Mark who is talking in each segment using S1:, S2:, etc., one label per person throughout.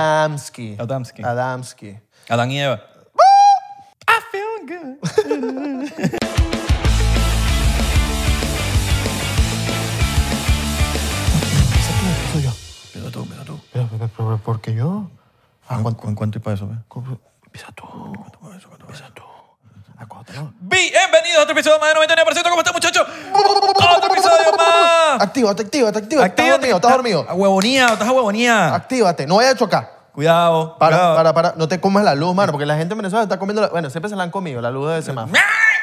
S1: Adamski.
S2: Adamski.
S1: Adamski.
S2: Adán y Eva. I feel good.
S1: Soy yo.
S2: Mira tú, mira tú.
S1: Pero, pero, pero, ¿Por qué yo? Ah,
S2: ¿Cu-
S1: cuan-
S2: cu- ¿Cuánto y para eso? ve?
S1: cu- Empieza tú. Empieza tú. Acuérdate.
S2: Bienvenidos a otro episodio más de 99%. ¿Cómo están, muchachos? ¡Otro episodio más!
S1: Actívate, actívate, actívate. Estás dormido, estás dormido.
S2: A huevonía, estás a huevonía.
S1: Actívate. No vayas a chocar.
S2: Cuidado.
S1: Para,
S2: cuidado.
S1: para, para. No te comas la luz, mano, porque la gente en Venezuela está comiendo la... Bueno, siempre se la han comido, la luz de semáforo.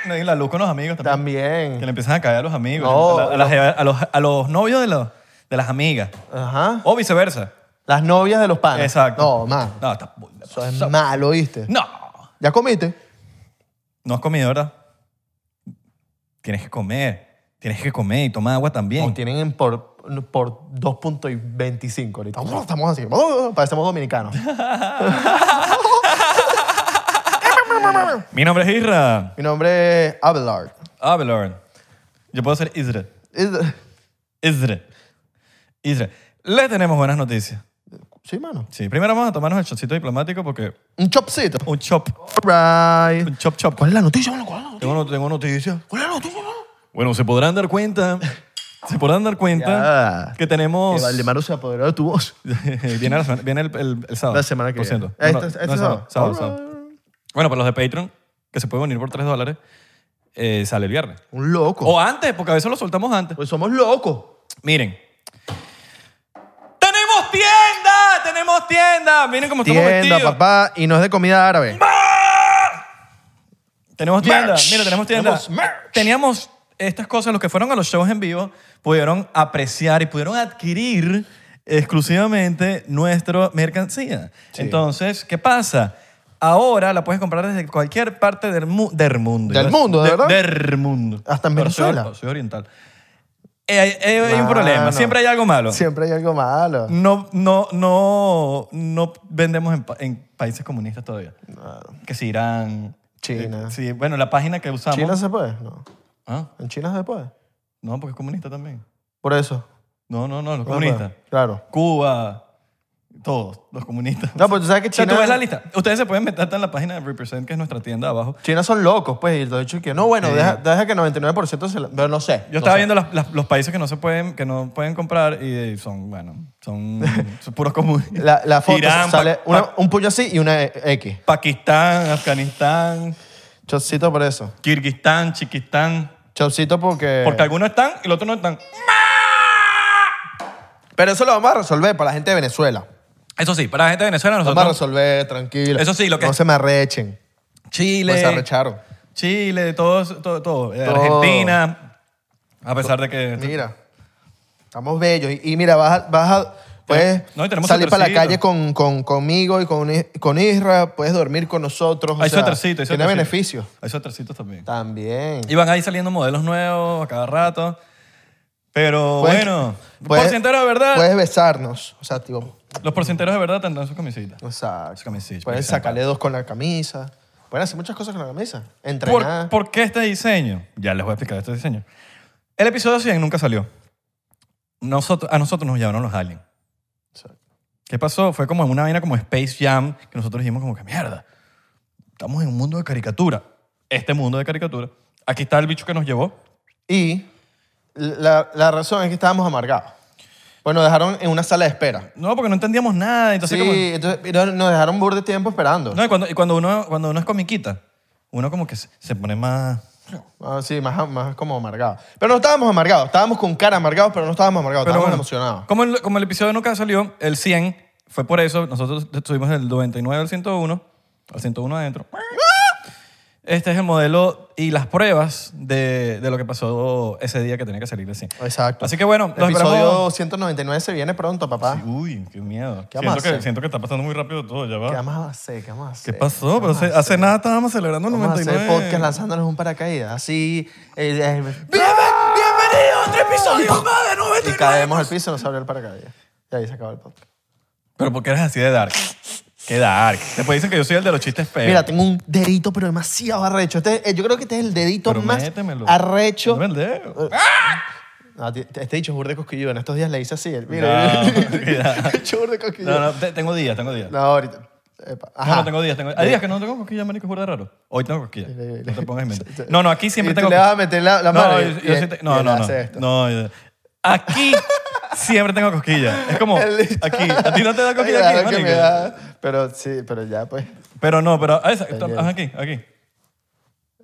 S2: No, y la luz con los amigos también. Que
S1: También.
S2: le empiezan a caer a los amigos.
S1: No,
S2: a, la- a las jeva- a los, a los novios de, los- de las amigas.
S1: Ajá.
S2: O viceversa.
S1: Las novias de los panes.
S2: Exacto.
S1: Ah, No, más.
S2: No, está...
S1: Eso es malo, ¿viste?
S2: No.
S1: ¿Ya comiste?
S2: No has comido, ¿verdad? Tienes que comer. Tienes que comer y toma agua
S1: Nos
S2: también.
S1: tienen en por, por 2.25 ahorita. Estamos así. Oh, Parecemos dominicanos.
S2: Mi nombre es Isra.
S1: Mi nombre es Abelard.
S2: Abelard. Yo puedo ser Isra.
S1: Es-
S2: Isra. Isra. Le tenemos buenas noticias.
S1: Sí, mano.
S2: Sí, primero vamos a tomarnos el chocito diplomático porque
S1: Un chopcito.
S2: un chop,
S1: All right.
S2: un chop chop.
S1: ¿Cuál es la noticia, mano? ¿Cuál es la noticia?
S2: Tengo, no- tengo noticias.
S1: ¿Cuál es la noticia, mano?
S2: Bueno, se podrán dar cuenta, se podrán dar
S1: Ya.
S2: cuenta que tenemos...
S1: Que Valdemaro se apoderó de tu voz.
S2: viene la semana- viene el, el- el sábado.
S1: La semana que
S2: Lo
S1: viene.
S2: siento.
S1: Eh,
S2: No, no,
S1: este- este
S2: no es sábado.
S1: sábado.
S2: sábado,
S1: All
S2: sábado. Bueno, para los de Patreon, que se pueden unir por 3 dólares, eh, sale el viernes.
S1: Un loco.
S2: O antes, porque a veces lo soltamos antes.
S1: Pues somos locos.
S2: Miren. ¡Tenemos tienda! ¡Tenemos tienda! Miren cómo estamos
S1: Tienda,
S2: vestidos.
S1: papá, y no es de comida árabe.
S2: Tenemos tienda.
S1: Merch.
S2: Mira, tenemos tienda.
S1: Tenemos merch.
S2: Teníamos estas cosas. Los que fueron a los shows en vivo pudieron apreciar y pudieron adquirir exclusivamente nuestra mercancía. Entonces, ¿qué pasa? Ahora la puedes comprar desde cualquier parte del, mu- del mundo.
S1: Del mundo, ¿de verdad?
S2: Del mundo.
S1: Hasta en
S2: Pero soy-
S1: Venezuela.
S2: Soy, oriental. Eh, hay- eh, hay un problema.
S1: Mano.
S2: Siempre hay algo malo.
S1: Siempre hay algo malo.
S2: No, no, no, no vendemos en, pa- en países comunistas todavía. Que si Irán.
S1: China.
S2: eh, sí, bueno, la página que usamos.
S1: ¿China se puede? No.
S2: Ah,
S1: ¿En China se puede?
S2: no, porque es comunista también.
S1: Por eso.
S2: No, no, no, los
S1: No
S2: comunistas.
S1: puede. Claro.
S2: Cuba, todos, los comunistas.
S1: No, pero tú sabes que
S2: O sea,
S1: China...
S2: tú ves la lista. Ustedes se pueden meter hasta en la página de Represent, que es nuestra tienda abajo.
S1: China son locos, pues, y lo he dicho que no, bueno,
S2: Sí.
S1: deja, deja que 99% se la... Pero no sé.
S2: Yo
S1: no
S2: estaba
S1: sé.
S2: viendo las- las- los países que no se pueden, que no pueden comprar y eh, son, bueno, son, son puros comunistas.
S1: La, la foto
S2: Irán,
S1: sale
S2: Pa-
S1: una-
S2: Pa-
S1: un puño así y una X.
S2: Pakistán, Afganistán,
S1: Chocito por eso.
S2: Kirguistán, Chiquistán.
S1: Chocito porque...
S2: Porque algunos están y los otros no están.
S1: Pero eso lo vamos a resolver para la gente de Venezuela.
S2: Eso sí, para la gente de Venezuela,
S1: Lo vamos a
S2: nosotros.
S1: resolver, tranquilo.
S2: Eso sí, lo que-
S1: No se me arrechen. Pues se
S2: Chile.
S1: arrecharon.
S2: Chile, todos, todo, todo. Eh,
S1: Todo.
S2: Argentina. A pesar de que.
S1: Mira, estamos bellos. Y, y mira, vas a, vas a- puedes
S2: No, y tenemos
S1: salir para la
S2: suétercito.
S1: calle con, con- conmigo y con, I- con Isra. Puedes dormir con nosotros. o
S2: Hay
S1: sea,
S2: suétercitos, hay
S1: Tiene
S2: suétercitos.
S1: beneficios.
S2: Hay suétercitos también.
S1: También.
S2: Y van ahí saliendo modelos nuevos a cada rato. Pero
S1: Puedes-
S2: bueno,
S1: puedes-
S2: los porcenteros de verdad.
S1: Puedes besarnos. O sea, tipo,
S2: Los porcenteros de verdad tendrán sus camisitas.
S1: exacto.
S2: camisilla,
S1: Puedes
S2: exacto.
S1: sacarle dos con la camisa. Pueden hacer muchas cosas con la camisa.
S2: ¿Por,
S1: Entrenar.
S2: por qué este diseño? Ya les voy a explicar este diseño. El episodio 100 nunca salió. Nosotros, a nosotros nos llamaron los aliens.
S1: Exacto.
S2: ¿Qué pasó? Fue como en una vaina como Space Jam, que nosotros dijimos como que mierda, estamos en un mundo de caricatura. Este mundo de caricatura. Aquí está el bicho que nos llevó.
S1: Y la, la razón es que estábamos amargados. Pues nos dejaron en una sala de espera.
S2: No, porque no entendíamos nada. Entonces,
S1: sí,
S2: como-
S1: entonces pero nos dejaron bur de tiempo esperando.
S2: No, y cuando, y cuando uno, cuando uno es comiquita, uno como que se, se pone más...
S1: Ah, sí, más, más como amargados. Pero no estábamos amargados. Estábamos con cara amargados, pero no estábamos amargados.
S2: Pero
S1: estábamos
S2: bueno,
S1: emocionados.
S2: Como el, como el episodio nunca salió, el 100, fue por eso, nosotros estuvimos del 99 al 101, al 101 adentro. Este es el modelo y las pruebas de, de lo que pasó ese día que tenía que salir el 100.
S1: Exacto.
S2: Así que bueno, los
S1: Episodio
S2: esperamos.
S1: 199 se viene pronto, papá.
S2: Sí, Uy, qué miedo.
S1: ¿Qué vamos a
S2: siento, que,
S1: hacer?
S2: siento que está pasando muy rápido todo, ya
S1: ¿Qué
S2: va.
S1: vamos a hacer? ¿Qué vamos a
S2: ¿Qué
S1: hacer?
S2: pasó? Pero
S1: vamos
S2: hace,
S1: a
S2: hace nada estábamos celebrando el
S1: Vamos a hacer
S2: 99.
S1: podcast lanzándonos un paracaídas. Así. eh, eh,
S2: Bienven- ¡Bienvenido a otro episodio más de
S1: y
S2: 99!
S1: caemos al piso y nos abrió el paracaídas. Y ahí se acabó el podcast.
S2: Pero porque eres así de dark. Qué dark. Después dicen que yo soy el de los chistes feos.
S1: Mira, tengo un dedito, pero demasiado arrecho. Este- eh, yo creo que este es el dedito
S2: Pero
S1: más
S2: métemelo.
S1: arrecho.
S2: Dame el dedo.
S1: No, ti- este dicho es burda de cosquilludo. En estos días le hice así. él, Mira.
S2: No, cuidado.
S1: Este dicho burda de cosquilludo.
S2: No, no, te- tengo días, tengo días.
S1: No, ahorita. Epa, Ajá.
S2: No, no tengo días. Tengo... Hay días que no tengo cosquillas, marico, es burda de raro. Hoy tengo cosquillas.
S1: Dile,
S2: No te pongas en mente.
S1: dile.
S2: No, no, aquí siempre
S1: Y tú
S2: tengo...
S1: le vas a meter la- la
S2: no,
S1: mano
S2: yo-
S1: y-
S2: yo
S1: y
S2: sí
S1: él-
S2: te-
S1: y
S2: no,
S1: él
S2: no,
S1: hace
S2: no.
S1: esto.
S2: No, yo- Aquí siempre tengo cosquillas. Es como...
S1: El dicho-
S2: Aquí. A ti no te da
S1: Ay,
S2: cosquillas
S1: claro
S2: aquí,
S1: que me
S2: marico.
S1: da, Pero sí, pero ya pues.
S2: Pero no, pero... ah, esa-
S1: Está bien.
S2: ajá, aquí, aquí.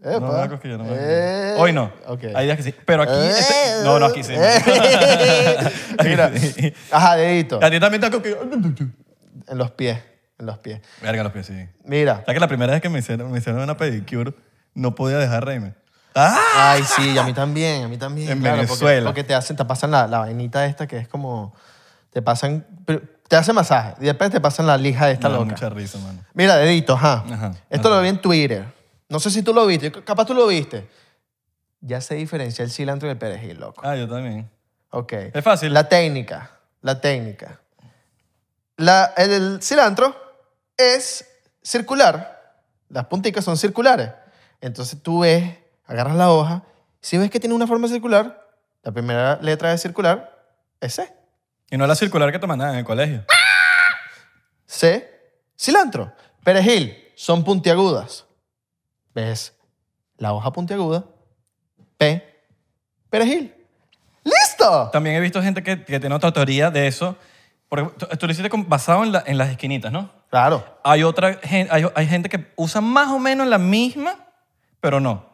S1: Epa.
S2: No me da cosquillas, no me da
S1: Eh,
S2: cosquillas. Hoy no.
S1: ok. Eh,
S2: Hay días que sí. Pero aquí... este- No, no, aquí sí. Aquí
S1: Mira.
S2: sí.
S1: Ajá, dedito.
S2: A ti también te da cosquillas.
S1: En los pies. En los pies.
S2: Verga los pies, sí.
S1: Mira.
S2: O sea que la primera vez que me hicieron, me hicieron una pedicure, no podía dejar reírme. ¡Ah!
S1: Ay, sí, y a mí también, a mí también.
S2: En
S1: claro, porque-
S2: Venezuela.
S1: Porque, te hacen, te pasan la, la vainita esta que es como, te pasan, pero te hacen masaje y después te pasan la lija esta
S2: Me da
S1: loca.
S2: mucha risa, mano.
S1: Mira, dedito, ajá.
S2: Ajá,
S1: Esto lo vi en Twitter. No sé si tú lo viste, capaz tú lo viste. Ya se diferencia el cilantro del perejil, loco.
S2: Ah, yo también.
S1: Ok.
S2: Es fácil.
S1: La técnica, la técnica. La- el, el cilantro es circular. Las punticas son circulares. Entonces tú ves, agarras la hoja, si ves que tiene una forma circular, la primera letra de circular es C.
S2: Y no la circular que te mandaban en el colegio.
S1: C, cilantro. Perejil, son puntiagudas. ¿Ves? La hoja puntiaguda. P, perejil. ¡Listo!
S2: También he visto gente que, que tiene otra teoría de eso. Porque tú, tú lo hiciste con- basado en, la- en las esquinitas, ¿no?
S1: Claro.
S2: Hay otra gente, hay, hay gente que usa más o menos la misma, pero no.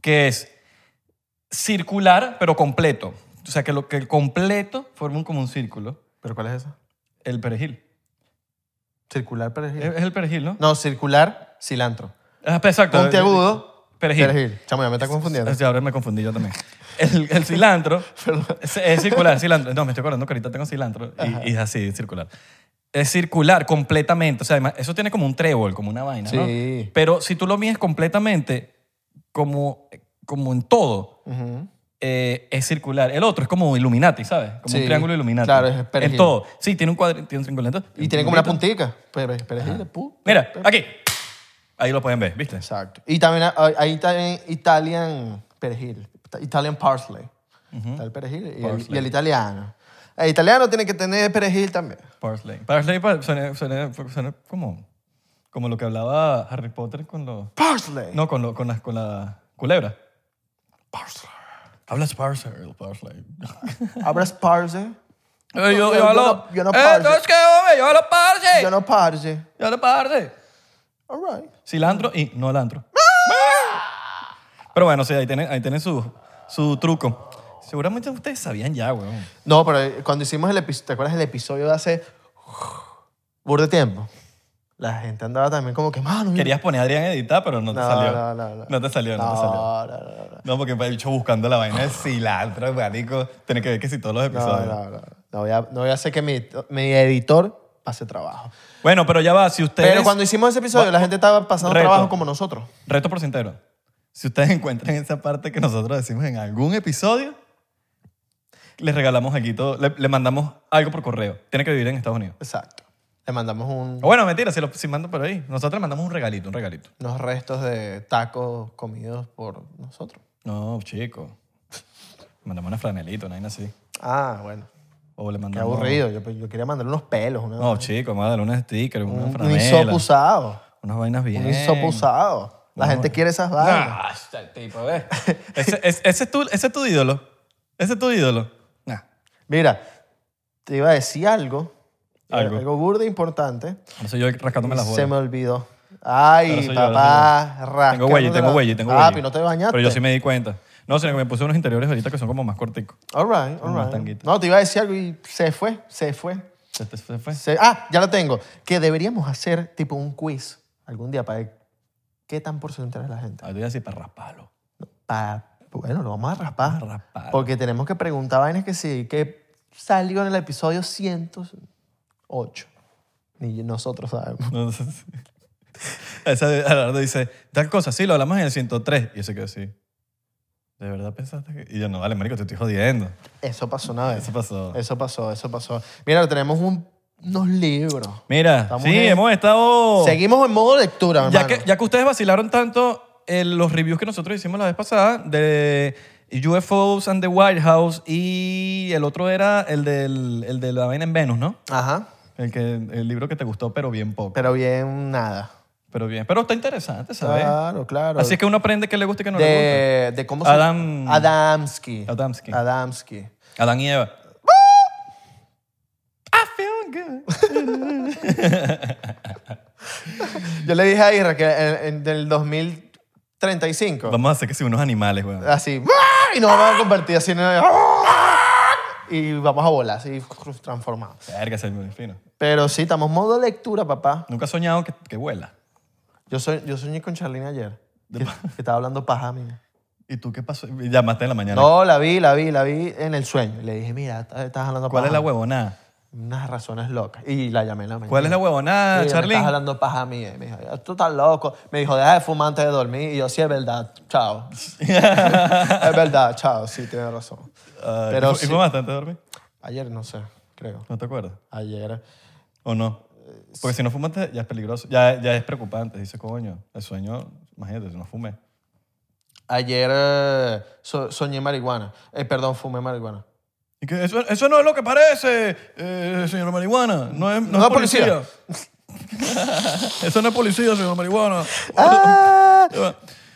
S2: Que es circular, pero completo. O sea, que, lo, que el completo forma un- como un círculo.
S1: ¿Pero cuál es esa?
S2: El perejil.
S1: Circular perejil.
S2: Es, es el perejil, ¿no?
S1: No, circular, cilantro.
S2: Ah, Exacto.
S1: Puntiagudo,
S2: Perejil.
S1: perejil. Chamo, ya me está confundiendo.
S2: Sí, ahora me confundí yo también. El, el cilantro es, es circular, cilantro. No, me estoy acordando que ahorita tengo cilantro y, y es así, circular. Es circular completamente. O sea, además, eso tiene como un trébol, como una vaina, ¿no?
S1: Sí.
S2: Pero si tú lo mides completamente, como, como en todo,
S1: Ujú.
S2: eh, es circular. El otro es como Illuminati, ¿sabes? Como
S1: Sí,
S2: un triángulo Illuminati.
S1: claro, es perejil.
S2: En todo. Sí, tiene un cuadrito, tiene un triangulito.
S1: Y tiene como una puntica. Pero perejil, pu.
S2: Mira, aquí. Ahí lo pueden ver, ¿viste?
S1: Exacto. Y también hay- hay también Italian perejil. Italian parsley. Está el perejil y, El,
S2: Parsley.
S1: y el italiano. El italiano tiene que tener perejil también.
S2: Parsley. Parsley pa- suena, suena- suena como, como lo que hablaba Harry Potter con los...
S1: Parsley.
S2: No, con, lo- con, la, con la culebra. Parsley. Hablas Parsley, Parsley.
S1: Abras parsley.
S2: yo, yo,
S1: yo
S2: hablo...
S1: no- yo no
S2: Eh,
S1: Parsley.
S2: entonces, ¿qué, hombre? Yo hablo Parsley.
S1: Yo no parsley.
S2: Yo hablo Parsley.
S1: All right.
S2: Cilantro y no alantro.
S1: ¡Ah!
S2: Pero bueno, sí, ahí tienen, ahí tienen su, su truco. Seguramente ustedes sabían ya, weón.
S1: No, pero eh, cuando hicimos el episodio, ¿te acuerdas el episodio de hace burro de tiempo? La gente andaba también como que, mano, mira".
S2: Querías poner a Adrián a editar, pero no te
S1: No,
S2: salió.
S1: no, no, no.
S2: te salió, no, te salió.
S1: no, no, no, no.
S2: No, porque el hecho buscando la vaina de cilantro, marico. Tiene que ver que si todos los
S1: No,
S2: episodios.
S1: no, no. No voy a, no voy a hacer que mi, mi editor pase trabajo.
S2: Bueno, pero ya va. Si ustedes...
S1: Pero cuando hicimos ese episodio, la gente estaba pasando
S2: Reto.
S1: trabajo como nosotros.
S2: Reto porcentero. Si ustedes encuentran esa parte que nosotros decimos en algún episodio, les regalamos algo, le, le mandamos algo por correo. Tiene que vivir en Estados Unidos.
S1: Exacto. Le mandamos un-
S2: O bueno, mentira, si, lo, si mandan por ahí. Nosotros le mandamos un regalito, un regalito.
S1: unos restos de tacos comidos por nosotros.
S2: No, chico. Mandamos una franelita, una vaina así.
S1: Ah, bueno.
S2: O le
S1: Qué
S2: mandamos...
S1: aburrido. Yo, yo quería mandarle unos pelos, una-
S2: No, chico, mándale un sticker, una
S1: un, un
S2: franela.
S1: hisopo usado.
S2: Unas vainas bien.
S1: Un hisopo usado. La gente quiere esas vainas.
S2: Ah, este tipo, ¿ves? ese, es- ese es tu, ese es tu ídolo. Ese es tu ídolo. Nah.
S1: Mira, te iba a decir algo.
S2: Algo.
S1: Algo burdo e importante.
S2: No soy yo rascándome las
S1: Se
S2: bolas.
S1: me olvidó. Ay,
S2: Ahora soy yo,
S1: papá, rascándote
S2: Tengo huella, tengo
S1: la-
S2: huella, tengo huella.
S1: Papi, no te bañaste.
S2: Pero yo sí me di cuenta. No, sino que me puse unos interiores ahorita que son como más corticos.
S1: All right, all
S2: Unos
S1: right.
S2: tanguitos.
S1: No, te iba a decir algo y se fue, se fue.
S2: Se- se- se fue.
S1: se- Ah, ya lo tengo. Que deberíamos hacer tipo un quiz algún día para ver qué tan porcentaje es la gente.
S2: Ah, yo iba a decir para rasparlo.
S1: Para, bueno, lo vamos a raspar.
S2: Para raspar.
S1: Porque tenemos que preguntar vainas que sí, que salió en el episodio 108. Ni nosotros sabemos.
S2: Entonces, esa de- Alardo dice, tal cosa, sí, lo hablamos en el 103. Y ese que sí. ¿De verdad pensaste que...? Y yo, no, vale, marico, te estoy jodiendo.
S1: Eso pasó una vez.
S2: Eso pasó.
S1: Eso pasó, eso pasó. Mira, tenemos un- unos libros.
S2: Mira,
S1: Estamos
S2: sí,
S1: en-
S2: hemos estado...
S1: Seguimos en modo lectura,
S2: ya
S1: hermano.
S2: eh, que, ya que ustedes vacilaron tanto en los reviews que nosotros hicimos la vez pasada de UFOs and the White House y el otro era el, del, el de la vaina en Venus, ¿no?
S1: Ajá.
S2: El, que, el libro que te gustó, pero bien poco.
S1: Pero bien, nada.
S2: Pero bien, pero está interesante, ¿sabes?
S1: Claro, claro.
S2: Así es que uno aprende qué le gusta y qué no le
S1: de, de cómo se
S2: Adam-
S1: Adamski.
S2: Adamski.
S1: Adamski.
S2: gusta. Adán y Eva. I feel good.
S1: Yo le dije a Isra que en, en- del 2035,
S2: Vamos a hacer que si unos animales, weón.
S1: así, ¡ah! y nos vamos a convertir así en... ¡ah! Y vamos a volar, así, transformados.
S2: Verga, se me fino.
S1: Pero sí, estamos modo lectura, papá.
S2: Nunca has soñado que, que vuela.
S1: Yo, soy, yo soñé con Charlene ayer, que,
S2: De pa-
S1: que estaba hablando paja a mí.
S2: ¿Y tú qué pasó? Llamaste en la mañana.
S1: No, la vi, la vi, la vi en el sueño. Y Le dije, mira, estás estás hablando
S2: ¿Cuál
S1: paja.
S2: es la huevonada?
S1: Unas razones locas. Y la llamé en la mañana.
S2: ¿Cuál es la huevonada,
S1: Sí, Me estás
S2: Charlene?
S1: hablando paja a mí. eh. Me dijo, tú estás loco. Me dijo, deja de fumar antes de dormir. Y yo, sí, es verdad. Chao. es verdad, chao. Sí, tienes razón.
S2: Ah,
S1: Pero
S2: ¿Y, fu-
S1: sí.
S2: y fumaste antes de dormir?
S1: Ayer, no sé, creo.
S2: ¿No te acuerdas?
S1: Ayer.
S2: ¿O no?
S1: Eh,
S2: Porque si no fumaste ya es peligroso, ya, ya es preocupante. Dice, coño, el sueño, imagínate, si no fumé.
S1: Ayer eh, so- soñé marihuana. Eh, perdón, fumé marihuana.
S2: Y que eso, eso no es lo que parece, eh, señor marihuana. No es, no es policía. eso no es policía, señor marihuana.
S1: ¡Ah!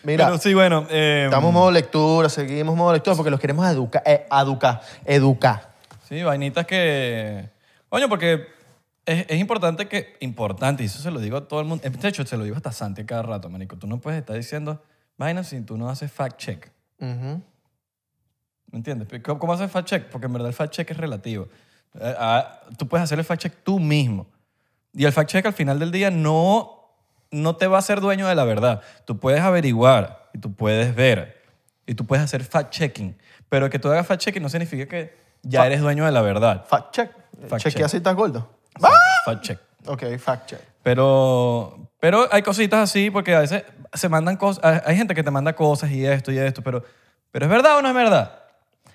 S1: Mira.
S2: Pero sí, bueno. eh,
S1: Estamos en modo lectura, seguimos en modo lectura porque los queremos eh, educar. educar. Educar.
S2: Sí, vainitas que... Coño, porque es, es importante que... Importante, y eso se lo digo a todo el mundo. De hecho, se lo digo hasta Santi cada rato, marico. Tú no puedes estar diciendo vainas si tú no haces fact-check.
S1: Ujú.
S2: ¿Me entiendes? Pero ¿Cómo, cómo haces fact check? Porque en verdad el fact check es relativo. Eh, ah, tú puedes hacer el fact check tú mismo. Y el fact check al final del día no, no te va a ser dueño de la verdad. Tú puedes averiguar y tú puedes ver y tú puedes hacer fact checking. Pero que tú hagas fact checking no significa que ya
S1: Fa-
S2: eres dueño de la verdad.
S1: Fact check.
S2: Fact
S1: Chequea
S2: check.
S1: si estás gordo.
S2: Fact check.
S1: Ok, fact check.
S2: Pero, pero hay cositas así porque a veces se mandan cosas, hay- hay gente que te manda cosas y esto y esto, pero, pero ¿es verdad o no es verdad?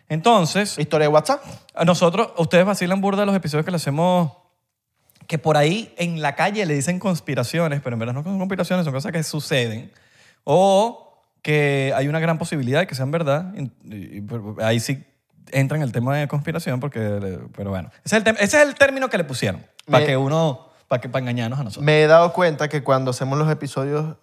S2: Entonces...
S1: Historia de WhatsApp.
S2: A nosotros, ustedes vacilan burda los episodios que le hacemos, que por ahí en la calle le dicen conspiraciones, pero en verdad no son conspiraciones, son cosas que suceden. O que hay una gran posibilidad de que sean verdad. y- y- y por- ahí sí entra en el tema de conspiración, porque, pero bueno. Ese es el, tem- ese es el término que le pusieron, para
S1: Me-
S2: que uno, para que, para engañarnos a nosotros.
S1: Me he dado cuenta que cuando hacemos los episodios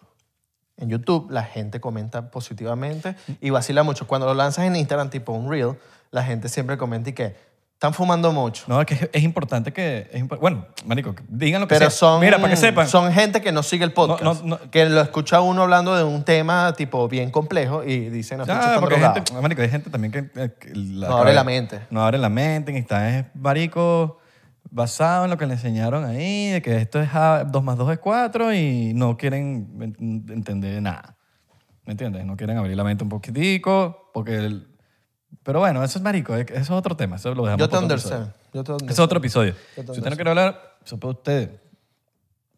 S1: en YouTube, la gente comenta positivamente y vacila mucho. Cuando lo lanzas en Instagram, tipo un reel, la gente siempre comenta y que están fumando mucho.
S2: No, es que es, es importante que, es impo- bueno, marico, que digan lo que
S1: Pero
S2: sea.
S1: son,
S2: Mira, para que sepan.
S1: son gente que no sigue el podcast.
S2: No, no, no.
S1: Que lo escucha uno hablando de un tema tipo bien complejo y dicen, "Ah,
S2: Ya,
S1: bicho, están
S2: porque hay
S1: drogados".
S2: gente, marico, hay gente también que, eh, que
S1: No abre la mente.
S2: No abre la mente, que está es marico basado en lo que le enseñaron ahí, de que esto es ah, 2 más 2 es 4 y no quieren en- entender nada. ¿Me entiendes? No quieren abrir la mente un poquitico, porque... el- pero bueno, eso es marico, eh, eso es otro tema, eso lo dejamos
S1: Yo te
S2: para otro episodio.
S1: understand. Yo te
S2: Es
S1: understand.
S2: otro episodio. Si
S1: Yo te
S2: usted no quiere hablar, eso es pedo de ustedes.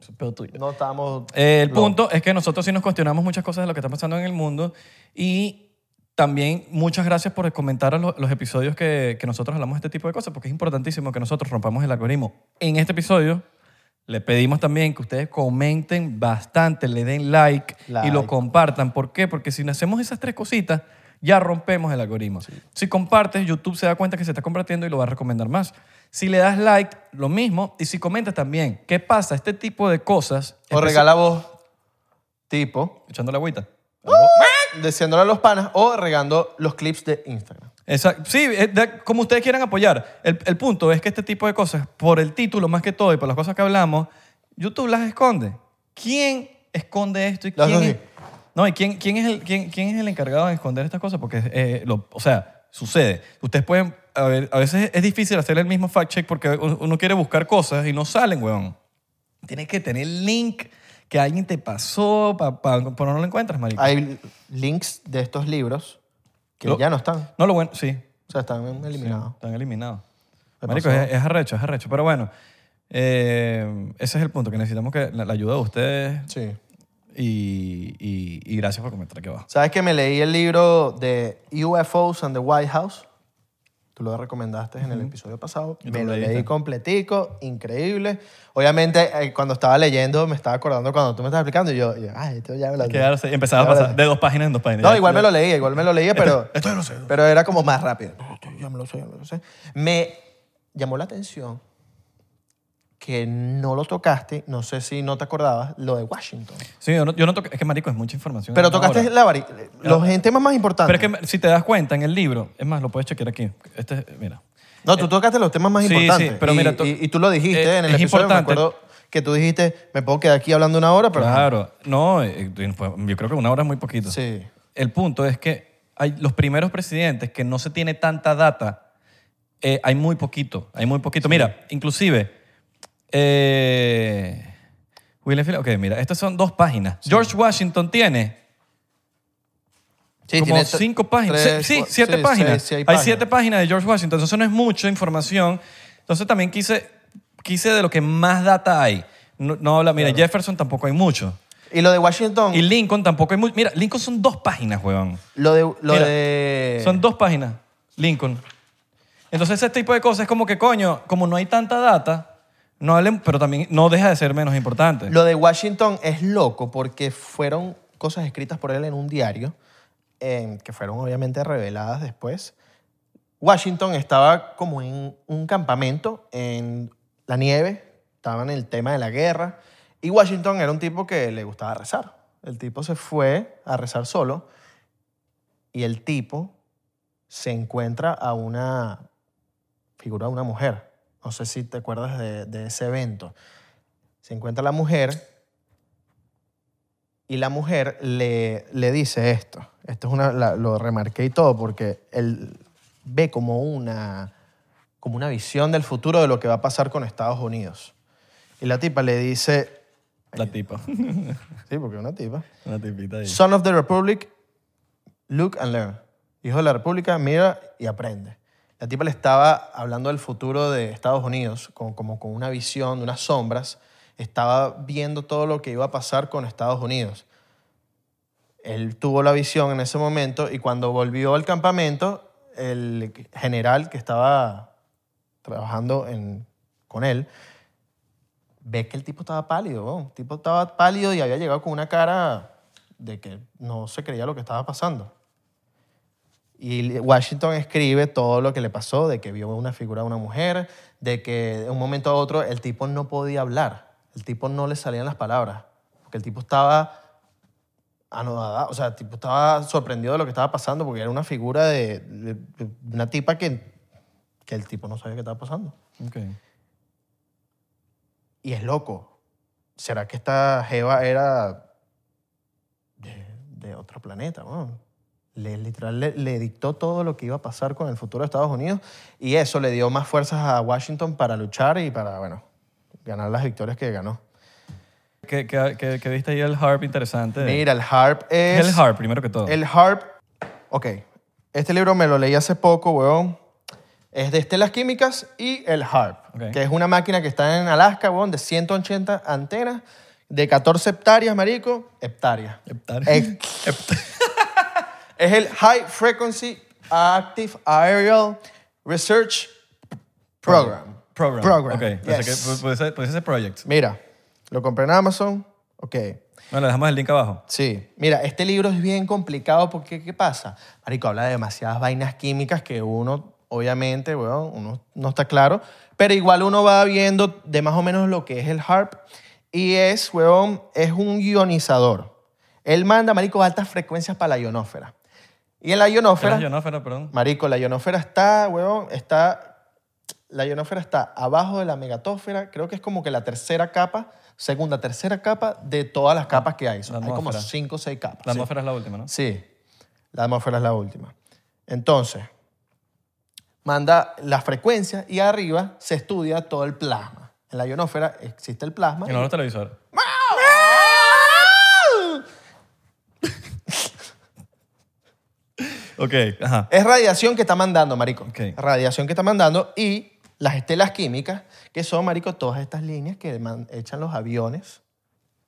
S2: Eso es pedo tuyo.
S1: No estamos...
S2: Eh, el
S1: No.
S2: punto es que nosotros sí nos cuestionamos muchas cosas de lo que está pasando en el mundo y también muchas gracias por comentar los, los episodios que, que nosotros hablamos de este tipo de cosas porque es importantísimo que nosotros rompamos el algoritmo. En este episodio le pedimos también que ustedes comenten bastante, le den like, y
S1: Like.
S2: lo compartan. ¿Por qué? Porque si hacemos esas tres cositas ya rompemos el algoritmo. Si compartes, YouTube se da cuenta que se está compartiendo y lo va a recomendar más. Si le das like, lo mismo. Y si comentas también, ¿qué pasa? Este tipo de cosas...
S1: O
S2: especi-
S1: regala vos, tipo,
S2: Echando la agüita.
S1: diciéndole a los panas o regando los clips de Instagram.
S2: Exacto. Sí, es de- como ustedes quieran apoyar. El, el punto es que este tipo de cosas, por el título más que todo y por las cosas que hablamos, YouTube las esconde. ¿Quién esconde esto y
S1: Las
S2: quién
S1: dos
S2: es,
S1: sí.
S2: no, y quién, quién es el, quién, quién es el encargado de esconder estas cosas? Porque, eh, lo- o sea, sucede. Ustedes pueden, a, ver, a veces es difícil hacer el mismo fact-check porque uno uno quiere buscar cosas y no salen, weón. Tienes que tener el link que alguien te pasó, para no lo encuentras, marico.
S1: Hay links de estos libros que
S2: Lo-
S1: ya no están.
S2: No, lo bueno, sí,
S1: O sea, están eliminados.
S2: Están eliminados.
S1: Me
S2: Marico,
S1: pasó.
S2: es, es arrecho, es arrecho. Pero bueno, eh, ese es el punto, que necesitamos que la, la ayuda de ustedes
S1: Sí.
S2: y, y- y gracias por comentar aquí abajo.
S1: ¿Sabes que me leí el libro de UFOs and the White House? Tú lo recomendaste en el episodio pasado.
S2: Y tú
S1: me
S2: lo
S1: lo
S2: leíste.
S1: leí completico, increíble. Obviamente, eh, cuando estaba leyendo, me estaba acordando cuando tú me estabas explicando. Y yo, y yo, ah, esto ya me lo
S2: Que ahora se- empezaba a
S1: Ahora-
S2: pasar de dos páginas en dos páginas.
S1: No,
S2: Ya,
S1: igual
S2: ya.
S1: me lo leía, igual me lo leía, pero,
S2: Esto ya lo sé.
S1: pero era como más rápido. No, esto Ya me lo sé, ya me lo sé. Me llamó la atención que no lo tocaste, no sé si no te acordabas, lo de Washington.
S2: Sí, yo no, yo no toqué. Es que, marico, es mucha información. en
S1: Pero
S2: una hora.
S1: tocaste la vari- los en temas más importantes.
S2: Pero es que si te das cuenta en el libro, es más, lo puedes chequear aquí. Este, mira.
S1: no, tú tocaste los temas más
S2: sí,
S1: importantes.
S2: sí, pero
S1: y,
S2: mira, to-
S1: y, y tú lo dijiste
S2: eh,
S1: en el
S2: es
S1: episodio, me
S2: importante.
S1: acuerdo que tú dijiste, me puedo quedar aquí hablando una hora, pero...
S2: Claro. No, eh, eh, pues, yo creo que una hora es muy poquito.
S1: Sí.
S2: El punto es que hay los primeros presidentes que no se tiene tanta data, eh, hay muy poquito, hay muy poquito. Mira, inclusive, eh, William Field- ok, mira, estas son dos páginas. George Washington tiene
S1: Sí,
S2: como
S1: tiene tre-
S2: cinco páginas.
S1: tres,
S2: sí, sí,
S1: cua-
S2: siete
S1: sí,
S2: páginas.
S1: sí, sí
S2: hay, siete páginas de George Washington, entonces no es mucha información. Entonces también quise, quise de lo que más data hay. No, no habla, mira, Jefferson tampoco hay mucho.
S1: Y lo de Washington,
S2: Y Lincoln tampoco hay mucho. Mira, Lincoln son dos páginas, huevón.
S1: lo de... Lo
S2: Mira,
S1: de...
S2: Son dos páginas, Lincoln. Entonces ese tipo de cosas es como que, coño, como no hay tanta data, no hablen, pero también no deja de ser menos importante.
S1: Lo de Washington es loco porque fueron cosas escritas por él en un diario em, que fueron obviamente reveladas después. Washington estaba como en un campamento en la nieve, estaba en el tema de la guerra y Washington era un tipo que le gustaba rezar. El tipo se fue a rezar solo y el tipo se encuentra a una figura de una mujer. No sé si te acuerdas de, de ese evento. Se encuentra la mujer y la mujer le, le dice esto. Esto es una, la- lo remarqué y todo porque él ve como una, como una visión del futuro de lo que va a pasar con Estados Unidos. Y la tipa le dice,
S2: La tipa.
S1: sí, porque es una tipa,
S2: La tipita ahí.
S1: Son of the Republic, look and learn. Hijo de la República, mira y aprende. La tipa le estaba hablando del futuro de Estados Unidos, con- como con una visión, de unas sombras. Estaba viendo todo lo que iba a pasar con Estados Unidos. Él tuvo la visión en ese momento y cuando volvió al campamento, el general que estaba trabajando en- con él, ves que el tipo estaba pálido, weón. el tipo estaba pálido y había llegado con una cara de que no se creía lo que estaba pasando. Y Washington escribe todo lo que le pasó, de que vio una figura de una mujer, de que de un momento a otro el tipo no podía hablar, el tipo no le salían las palabras, porque el tipo estaba anodada, o sea, el tipo estaba sorprendido de lo que estaba pasando, porque era una figura de, de- de una tipa que, que el tipo no sabía qué estaba pasando.
S2: Ok.
S1: Y es loco. ¿Será que esta Jeva era de, de otro planeta? weón? Le, literal le, le dictó todo lo que iba a pasar con el futuro de Estados Unidos y eso le dio más fuerzas a Washington para luchar y para, bueno, ganar las victorias que ganó.
S2: ¿Qué, qué- qué- qué viste ahí el harp interesante?
S1: Mira, el HARP
S2: ¿Qué
S1: es...
S2: es el harp, primero que todo.
S1: El HARP, ok, este libro me lo leí hace poco, weón. Es de estelas químicas y el HARP,
S2: Ok.
S1: que es una máquina que está en Alaska, weón, de 180 antenas, de 14 hectáreas, marico, hectáreas.
S2: Heptar-
S1: Eh, Es el High Frequency Active Aerial Research Program.
S2: Program.
S1: Program.
S2: Ok, pensé
S1: yes.
S2: que pu- puede ser, puede ser project.
S1: Mira, lo compré en Amazon, ok.
S2: Bueno, le dejamos el link abajo.
S1: Sí, mira, este libro es bien complicado porque ¿qué pasa? Marico habla de demasiadas vainas químicas que uno, obviamente, weón, uno no está claro, pero igual uno va viendo de más o menos lo que es el HARP y es, weón, es un ionizador. Él manda, marico, altas frecuencias para la ionósfera. Y en la
S2: ¿Qué era
S1: ionósfera,
S2: ionófera, perdón?
S1: marico, la ionósfera está, weón, está, la ionósfera está abajo de la megatósfera, creo que es como que la tercera capa, segunda, tercera capa de todas las capas que hay. Son-
S2: La
S1: hay como
S2: atmósfera.
S1: cinco o seis capas.
S2: La
S1: sí.
S2: atmósfera es la última, ¿no?
S1: Sí, la atmósfera es la última. Entonces, manda las frecuencias y arriba se estudia todo el plasma. En la ionósfera existe el plasma.
S2: Y no los televisores.
S1: ¡Ah!
S2: Ok, ajá.
S1: Es radiación que está mandando, marico.
S2: Ah. Ok.
S1: Radiación que está mandando y las estelas químicas, que son, marico, todas estas líneas que man- echan los aviones.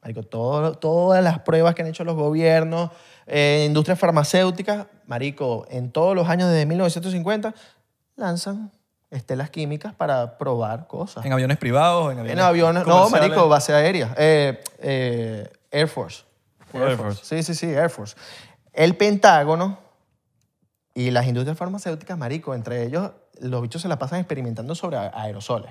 S1: Marico, todo- todas las pruebas que han hecho los gobiernos, eh, industrias farmacéuticas, marico, en todos los años desde 1950 lanzan estelas químicas para probar cosas.
S2: En aviones privados, en aviones.
S1: En aviones. No,
S2: comerciales.
S1: marico, base aérea. Eh, eh, Air Force.
S2: Air Force.
S1: Sí, sí, sí, Air Force. El Pentágono y las industrias farmacéuticas, marico, entre ellos, los bichos se la pasan experimentando sobre a- aerosoles.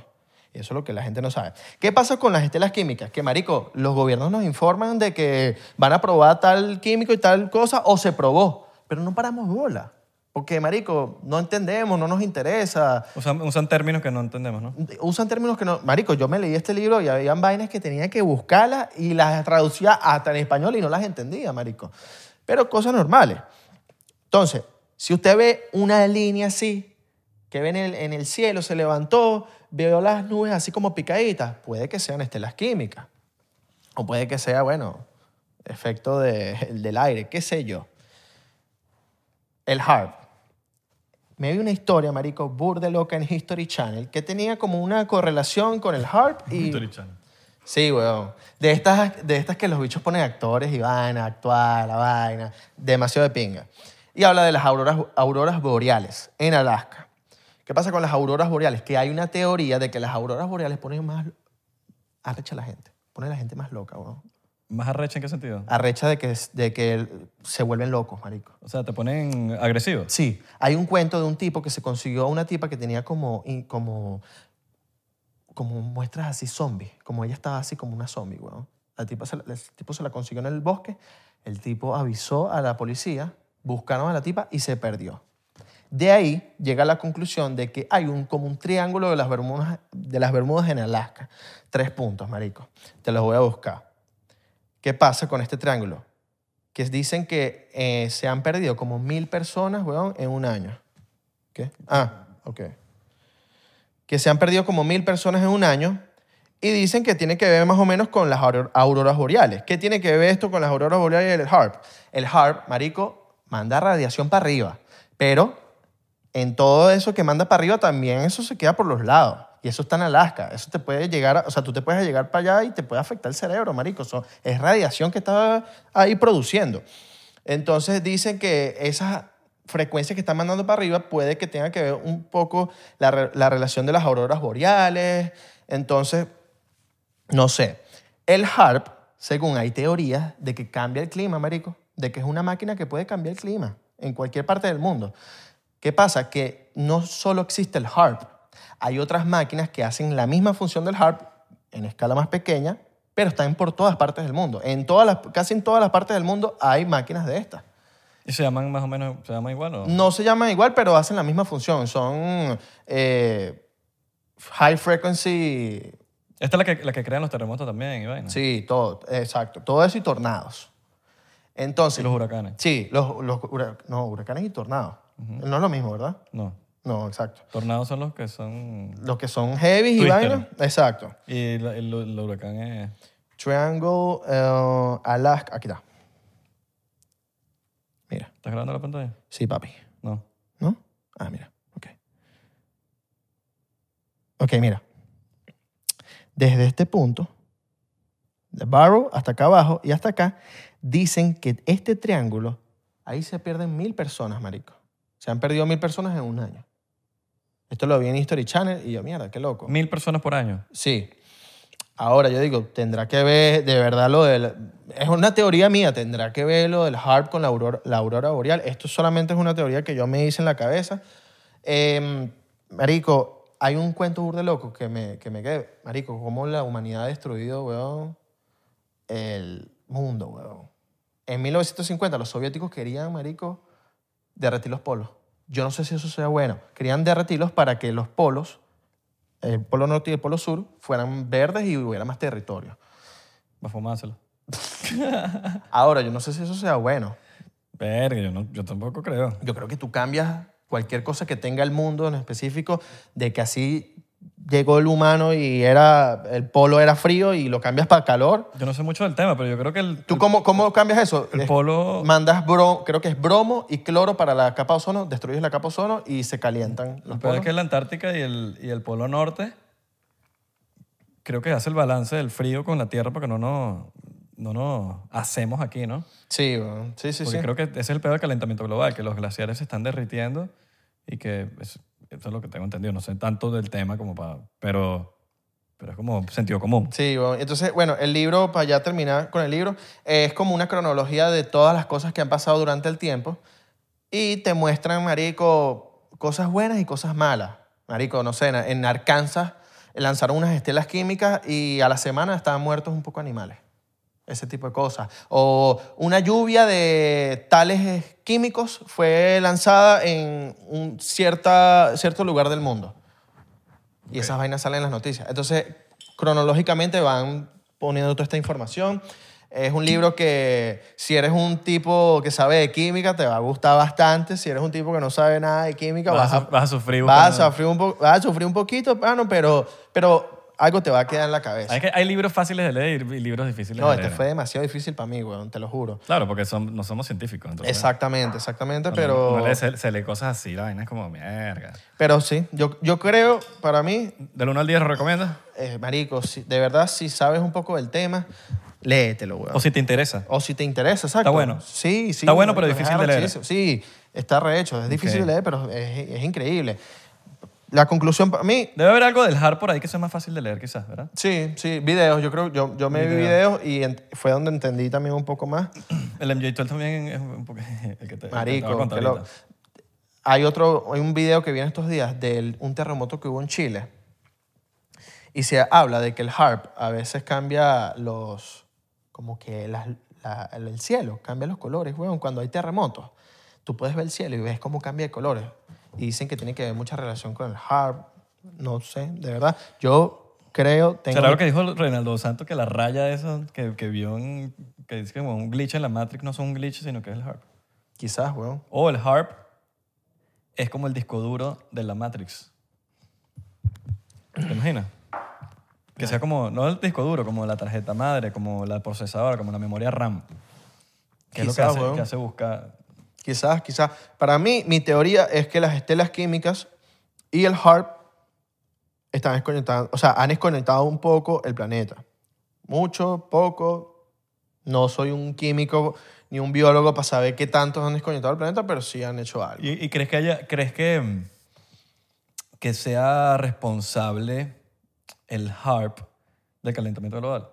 S1: Y eso es lo que la gente no sabe. ¿Qué pasa con las estelas químicas? Que, marico, los gobiernos nos informan de que van a probar tal químico y tal cosa, o se probó, pero no paramos bola. Porque, marico, no entendemos, no nos interesa,
S2: Usan, usan términos que no entendemos, ¿no?
S1: usan términos que no... Marico, yo me leí este libro y habían vainas que tenía que buscarlas y las traducía hasta en español y no las entendía, marico. Pero cosas normales. Entonces, si usted ve una línea así, que ve en el, en el cielo, se levantó, veo las nubes así como picaditas, puede que sean estelas químicas. O puede que sea, bueno, efecto de- del aire, qué sé yo. El HARP. Me vi una historia, marico, burda loca en History Channel que tenía como una correlación con el HARP y... Sí, weón. De estas, de estas que los bichos ponen actores y van a actuar, la vaina. Demasiado de pinga. Y habla de las auroras, auroras boreales en Alaska. ¿Qué pasa con las auroras boreales? Que hay una teoría de que las auroras boreales ponen más arrecha a la gente. Pone a la gente más loca, weón.
S2: ¿Más arrecha en qué sentido?
S1: Arrecha de que, de que se vuelven locos, marico.
S2: O sea, te ponen agresivo.
S1: Sí, hay un cuento de un tipo que se consiguió a una tipa que tenía como, y como, como muestras así zombies, como ella estaba así como una zombie, weón. La tipa se la- el tipo se la consiguió en el bosque, el tipo avisó a la policía, buscaron a la tipa y se perdió. De ahí llega la conclusión de que hay un, como un triángulo de las, Bermudas, de las Bermudas en Alaska. Tres puntos, marico. Te los voy a buscar. ¿Qué pasa con este triángulo? que dicen que eh, se han perdido como mil personas, weón, en un año. ¿Qué? Ah, ok. Que se han perdido como mil personas en un año y dicen que tiene que ver más o menos con las auror- auroras boreales. ¿Qué tiene que ver esto con las auroras boreales y el HARP? El HARP, marico, manda radiación para arriba, pero en todo eso que manda para arriba también eso se queda por los lados. Y eso está en Alaska. Eso te puede llegar, a- o sea, tú te puedes llegar para allá y te puede afectar el cerebro, marico. Eso es radiación que está ahí produciendo. Entonces dicen que esas frecuencias que están mandando para arriba puede que tenga que ver un poco la, re- la relación de las auroras boreales. Entonces, no sé. El HARP, según hay teorías de que cambia el clima, marico, de que es una máquina que puede cambiar el clima en cualquier parte del mundo. ¿Qué pasa? Que no solo existe el HARP, hay otras máquinas que hacen la misma función del HARP en escala más pequeña, pero están por todas partes del mundo. En todas las, casi en todas las partes del mundo hay máquinas de estas.
S2: ¿Y se llaman más o menos, se llaman igual o?
S1: No se llaman igual, pero hacen la misma función. Son eh, high frequency
S2: Esta es la que, la que crean los terremotos también, y vaina.
S1: Sí, todo, exacto. Todo eso y tornados. Entonces.
S2: Y los huracanes.
S1: Sí, los, los hura- no, huracanes y tornados. No es lo mismo, ¿verdad?
S2: No.
S1: No, exacto.
S2: Tornados son los que son...
S1: Los que son heavy y
S2: Twister.
S1: vainas. Exacto.
S2: Y la- el, el huracán es...
S1: Triangle, eh, Alaska. Aquí está. Mira.
S2: ¿Estás grabando la pantalla?
S1: Sí, papi.
S2: No.
S1: ¿No? Ah, mira. Ok. Ok, mira. Desde este punto, de Barrow hasta acá abajo y hasta acá, dicen que este triángulo, ahí se pierden mil personas, marico. Se han perdido mil personas en un año. Esto lo vi en History Channel y yo, mierda, qué loco.
S2: Mil personas por año.
S1: Sí. Ahora yo digo, tendrá que ver de verdad lo del... Es una teoría mía, tendrá que ver lo del HARP con la aurora, la aurora boreal. Esto solamente es una teoría que yo me hice en la cabeza. Eh, marico, hay un cuento burde loco que me, que me quedé. Marico, cómo la humanidad ha destruido, weón, el mundo, weón. En 1950 los soviéticos querían, marico, derretir los polos. Yo no sé si eso sea bueno. Querían derretirlos para que los polos el Polo Norte y el Polo Sur fueran verdes y hubiera más territorio.
S2: Va a fumárselo.
S1: Ahora, yo no sé si eso sea bueno.
S2: Verga, yo, no, yo tampoco creo.
S1: Yo creo que tú cambias cualquier cosa que tenga el mundo en específico, de que así llegó el humano y era el polo era frío y lo cambias para calor.
S2: Yo no sé mucho del tema, pero yo creo que el,
S1: ¿Tú cómo, cómo cambias eso?
S2: el
S1: Es-
S2: polo...
S1: Mandas, bro, creo que es bromo y cloro para la capa de ozono, destruyes la capa de ozono y se calientan los
S2: El peor
S1: polos.
S2: es que la Antártica y el, y el Polo Norte creo que hace el balance del frío con la Tierra porque no nos no nos hacemos aquí, ¿no?
S1: Sí, weón. sí, sí,
S2: Porque
S1: sí.
S2: creo que ese es el peor del calentamiento global, que los glaciares se están derritiendo y que es- Eso es lo que tengo entendido. No sé tanto del tema como para... Pero, pero es como sentido común.
S1: Sí, bueno, entonces, bueno, el libro, para ya terminar con el libro, eh, es como una cronología de todas las cosas que han pasado durante el tiempo y te muestran, marico, cosas buenas y cosas malas. Marico, no sé, en- en Arkansas lanzaron unas estelas químicas y a la semana estaban muertos un poco animales. Ese tipo de cosas. O una lluvia de tales eh, químicos fue lanzada en un cierta, cierto lugar del mundo. Y esas vainas salen en las noticias. Entonces, cronológicamente van poniendo toda esta información. Es un libro que si eres un tipo que sabe de química te va a gustar bastante. Si eres un tipo que no sabe nada de química
S2: Vas
S1: vas,
S2: a
S1: a,
S2: su- vas a sufrir
S1: vas
S2: buscando-
S1: a sufrir un po- vas a sufrir un poquito, mano, pero, pero algo te va a quedar en la cabeza.
S2: Hay, que- hay libros fáciles de leer y libros difíciles
S1: No,
S2: de
S1: este
S2: leer.
S1: fue demasiado difícil para mí, weón, te lo juro.
S2: Claro, porque son- no somos científicos. Entonces,
S1: Exactamente, exactamente,
S2: cuando
S1: pero,
S2: uno lee- se, se lee cosas así, la vaina es como, mierda.
S1: pero sí, yo, yo creo, para mí,
S2: ¿Del 1 al 10 lo recomiendas?
S1: eh, marico, si- de verdad, si sabes un poco del tema, léetelo, weón.
S2: O si te interesa.
S1: O si te interesa, exacto.
S2: Está bueno.
S1: Sí, sí.
S2: Está bueno, pero
S1: es
S2: difícil de leer.
S1: arrechísimo. Sí, está rehecho. Es difícil
S2: Ok.
S1: de leer, pero es, es increíble. La conclusión para mí,
S2: Debe haber algo del hard por ahí que sea más fácil de leer, quizás, ¿verdad?
S1: sí, sí, videos. Yo creo, yo, yo me vi videos
S2: Videos.
S1: y ent- fue donde entendí también un poco más.
S2: El MJ12 también es un poco el que te, el que te voy a
S1: Marico,
S2: contar
S1: qué loco.
S2: ahorita.
S1: Hay otro, hay un video que viene estos días de un terremoto que hubo en Chile. Y se habla de que el HARP a veces cambia los, como que las- la- el cielo, cambia los colores, weón. Cuando hay terremotos, tú puedes ver el cielo y ves cómo cambia de colores. Y dicen que tiene que ver mucha relación con el HARP. No sé, de verdad. Yo creo, tengo...
S2: ¿Será lo que dijo Reinaldo Santos que la raya de eso que, que vio en, que dice que como un glitch en la Matrix no son un glitch, sino que es el harp?
S1: Quizás, weón.
S2: O el harp es como el disco duro de la Matrix. ¿Te imaginas? Que sea como, no el disco duro, como la tarjeta madre, como la procesadora, como la memoria RAM. Que es lo que
S1: Quizás,
S2: hace,
S1: weón.
S2: que hace buscar.
S1: Quizás, quizás. Para mí, mi teoría es que las estelas químicas y el HARP están desconectando, o sea, han desconectado un poco el planeta. Mucho, poco. No soy un químico ni un biólogo para saber qué tantos han desconectado el planeta, pero sí han hecho algo.
S2: ¿Y, y crees que haya, crees que, mm, que sea responsable el harp del calentamiento global?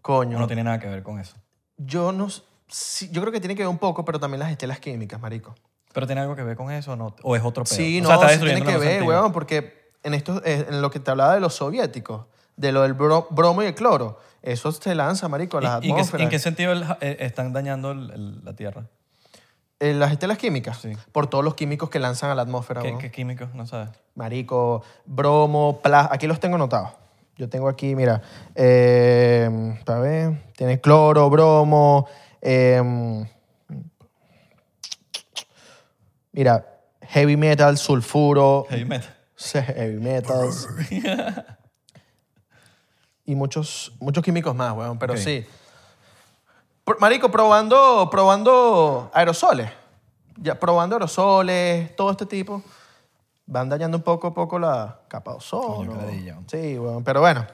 S1: Coño.
S2: No, no tiene nada que ver con eso.
S1: Yo no. s- sí, yo creo que tiene que ver un poco, pero también las estelas químicas, marico.
S2: ¿Pero tiene algo que ver con eso o no? ¿O es otro pedo?
S1: Sí,
S2: O
S1: no,
S2: sea, está
S1: sí tiene
S2: destruyendo
S1: que
S2: los
S1: ver,
S2: sentidos.
S1: weón, porque en, esto, eh, en lo que te hablaba de los soviéticos, de lo del bro- bromo y el cloro, eso se lanza, marico, a las
S2: ¿Y- y en qué-
S1: atmósferas.
S2: ¿En qué sentido el ha- eh, están dañando el- el- la Tierra?
S1: Eh, las estelas químicas,
S2: Sí.
S1: por todos los químicos que lanzan a la atmósfera,
S2: ¿Qué,
S1: weón.
S2: qué químicos? No sabes.
S1: Marico, bromo, plas... Aquí los tengo anotados. Yo tengo aquí, mira, eh, a ver, tiene cloro, bromo, em, mira, heavy metal, sulfuro,
S2: Heavy metal.
S1: heavy metals y muchos, muchos químicos más, weón, pero
S2: Ok.
S1: sí. Pro- Marico, probando, probando aerosoles, ya, probando aerosoles, todo este tipo, van dañando un poco a poco la capa de ozono.
S2: Coño, qué ladilla.
S1: Sí, weón, pero bueno,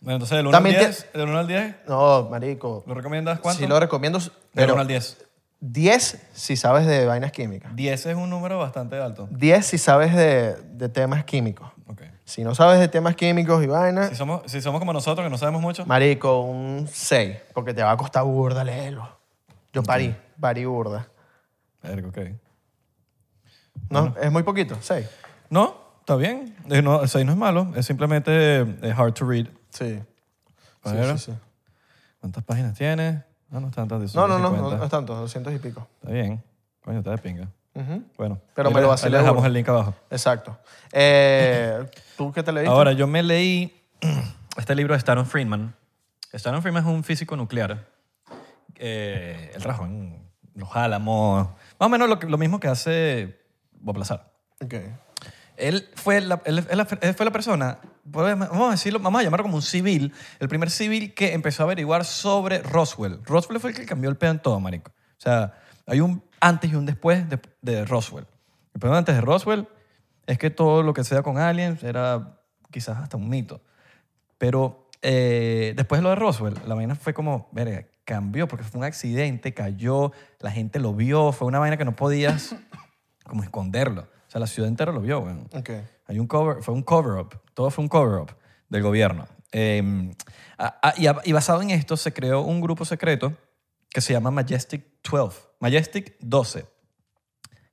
S2: bueno, entonces del 1 al
S1: También
S2: 10, del 1 al 10,
S1: no, marico,
S2: ¿lo recomiendas cuánto?
S1: sí lo recomiendo,
S2: del
S1: pero
S2: 1 al 10.
S1: 10 si sabes de vainas químicas,
S2: 10 es un número bastante alto.
S1: 10 si sabes de, de temas químicos.
S2: Ok.
S1: Si no sabes de temas químicos y vainas,
S2: Si somos, si somos como nosotros, que no sabemos mucho,
S1: Marico, un 6, porque te va a costar burda leerlo. Yo parí, parí burda.
S2: Verga, ok.
S1: No, es muy poquito, 6.
S2: No, está bien. Eh, No, el 6 no es malo. Es simplemente eh, hard to read.
S1: Sí.
S2: A ver,
S1: sí, sí.
S2: ¿Cuántas páginas tiene? Ah, No, no están tantas.
S1: No, no, no,
S2: 250.
S1: no, no es tanto, 200 y pico.
S2: Está bien. Coño, está de pinga.
S1: Ujú,
S2: Bueno.
S1: Pero
S2: ahí
S1: me
S2: le-
S1: lo
S2: ahí
S1: vacilé
S2: le dejamos
S1: burda.
S2: el link abajo.
S1: Exacto. Eh, ¿Tú qué te leíste?
S2: Ahora, yo me leí este libro de Stanton Friedman. Stanton Friedman es un físico nuclear. Eh, él trabajó en Los Álamos. Más o menos lo, que- lo mismo que hace Bob Lazar.
S1: Ok.
S2: Él fue la, él- él- él fue la persona, podemos- vamos a decirlo, vamos a llamarlo como un civil, el primer civil que empezó a averiguar sobre Roswell. Roswell fue el que cambió el pedo en todo, marico. O sea, hay un antes y un después de, de Roswell. El problema antes de Roswell es que todo lo que sea con aliens era quizás hasta un mito. Pero eh, después de lo de Roswell, la vaina fue como, verga, cambió porque fue un accidente, cayó, la gente lo vio, fue una vaina que no podías como esconderlo. O sea, la ciudad entera lo vio, weón.
S1: Ok.
S2: Hay un cover, fue un cover-up, todo fue un cover-up del gobierno. Eh, a- a- y, a- y basado en esto se creó un grupo secreto que se llama Majestic 12, Majestic 12.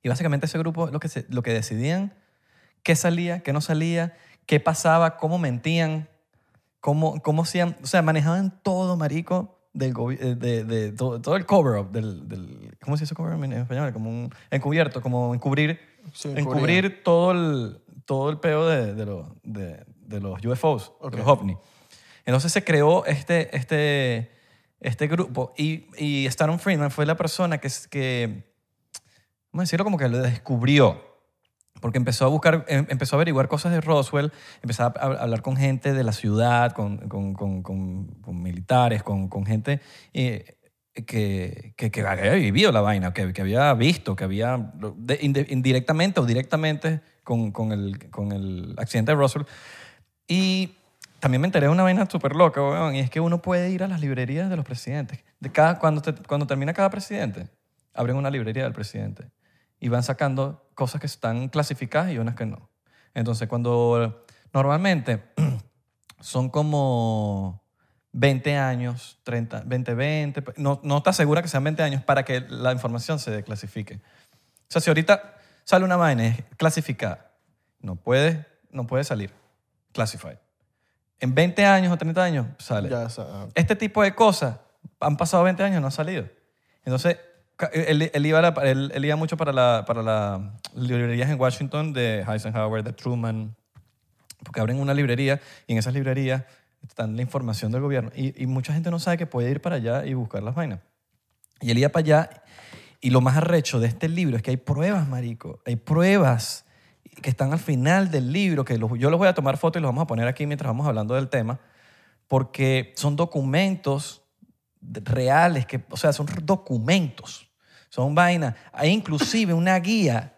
S2: Y básicamente ese grupo lo que, se- lo que decidían, qué salía, qué no salía, qué pasaba, cómo mentían, cómo, cómo hacían, o sea, manejaban todo, marico, del gobi- eh, de, de todo, todo el cover-up, del, del- ¿cómo se dice cover-up en español? Como un encubierto, como encubrir
S1: Sí, encubrir.
S2: encubrir todo el, todo el peo de, de los- de- de los UFOs,
S1: Ok.
S2: de los OVNI. Entonces se creó este, este, este grupo y, y Stanton Friedman fue la persona que, s- que, vamos a decirlo como que lo descubrió. Porque empezó a buscar, em- empezó a averiguar cosas de Roswell, empezó a hab- a hablar con gente de la ciudad, con, con- con- con- con militares, con, con gente eh, que, que, que había vivido la vaina, que, que había visto, que había lo- de- inde- indirectamente o directamente con, con el, con el accidente de Roswell. Y también me enteré de una vaina súper loca, weón, y es que uno puede ir a las librerías de los presidentes. De cada, cuando, te- cuando termina cada presidente, abren una librería del presidente y van sacando cosas que están clasificadas y unas que no. Entonces, cuando normalmente son como 20 años, 30, 20, 20, pues, no, no te asegura que sean 20 años para que la información se desclasifique. O sea, si ahorita sale una vaina es clasificada, no puede, no puede salir classified. En 20 años o 30 años sale.
S1: Ya, o sea, ah,
S2: Este tipo de cosas han pasado 20 años y no han salido. Entonces, ca- eh, él, él iba, a la- él- él iba mucho para las para la librerías en Washington de Eisenhower, de Truman, porque abren una librería y en esas librerías están la información del gobierno. Y, y mucha gente no sabe que puede ir para allá y buscar las vainas. Y él iba para allá y lo más arrecho de este libro es que hay pruebas, marico. Hay pruebas que están al final del libro, que los- yo los voy a tomar fotos y los vamos a poner aquí mientras vamos hablando del tema porque son documentos de- reales, que, o sea, son documentos, son vainas. Hay inclusive una guía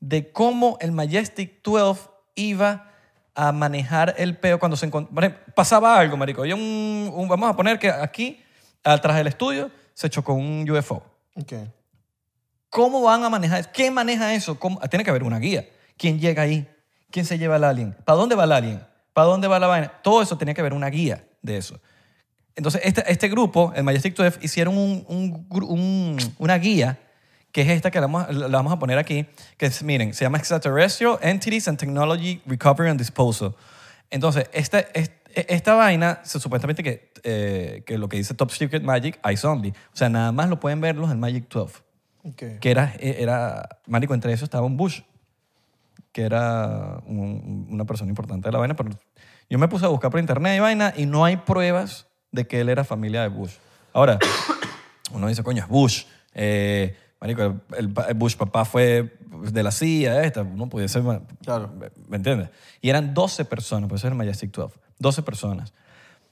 S2: de cómo el Majestic 12 iba a manejar el peo cuando se encontraba. Pasaba algo, marico. Había un- un- vamos a poner que aquí, atrás del estudio, se chocó un UFO.
S1: ok.
S2: ¿Cómo van a manejar eso? ¿Quién maneja eso? ¿Cómo? Ah, Tiene que haber una guía. ¿Quién llega ahí? ¿Quién se lleva al alien? ¿Para dónde va el alien? ¿Para dónde va la vaina? Todo eso tenía que haber una guía de eso. Entonces, este, este grupo, el Majestic 12, hicieron un- un gru- un- una guía que es esta que la vamos, a- la vamos a poner aquí, que es, miren, se llama Extraterrestrial Entities and Technology Recovery and Disposal. Entonces, esta, es- esta vaina, se- supuestamente que, eh, que lo que dice Top Secret Magic, hay zombie. O sea, nada más lo pueden ver los del Magic 12
S1: Ok.
S2: que era, eh, era marico, entre esos estaba un Bush, que era un- una persona importante de la vaina, pero yo me puse a buscar por internet y vaina y no hay pruebas de que él era familia de Bush. Ahora, uno dice, coño, es Bush. Eh, marico, el, el pa- el Bush papá fue de la CIA, esta, uno pudiese... ma-
S1: Claro.
S2: ¿Me- ¿Me entiendes? Y eran 12 personas, por eso era el Majestic 12, 12 personas.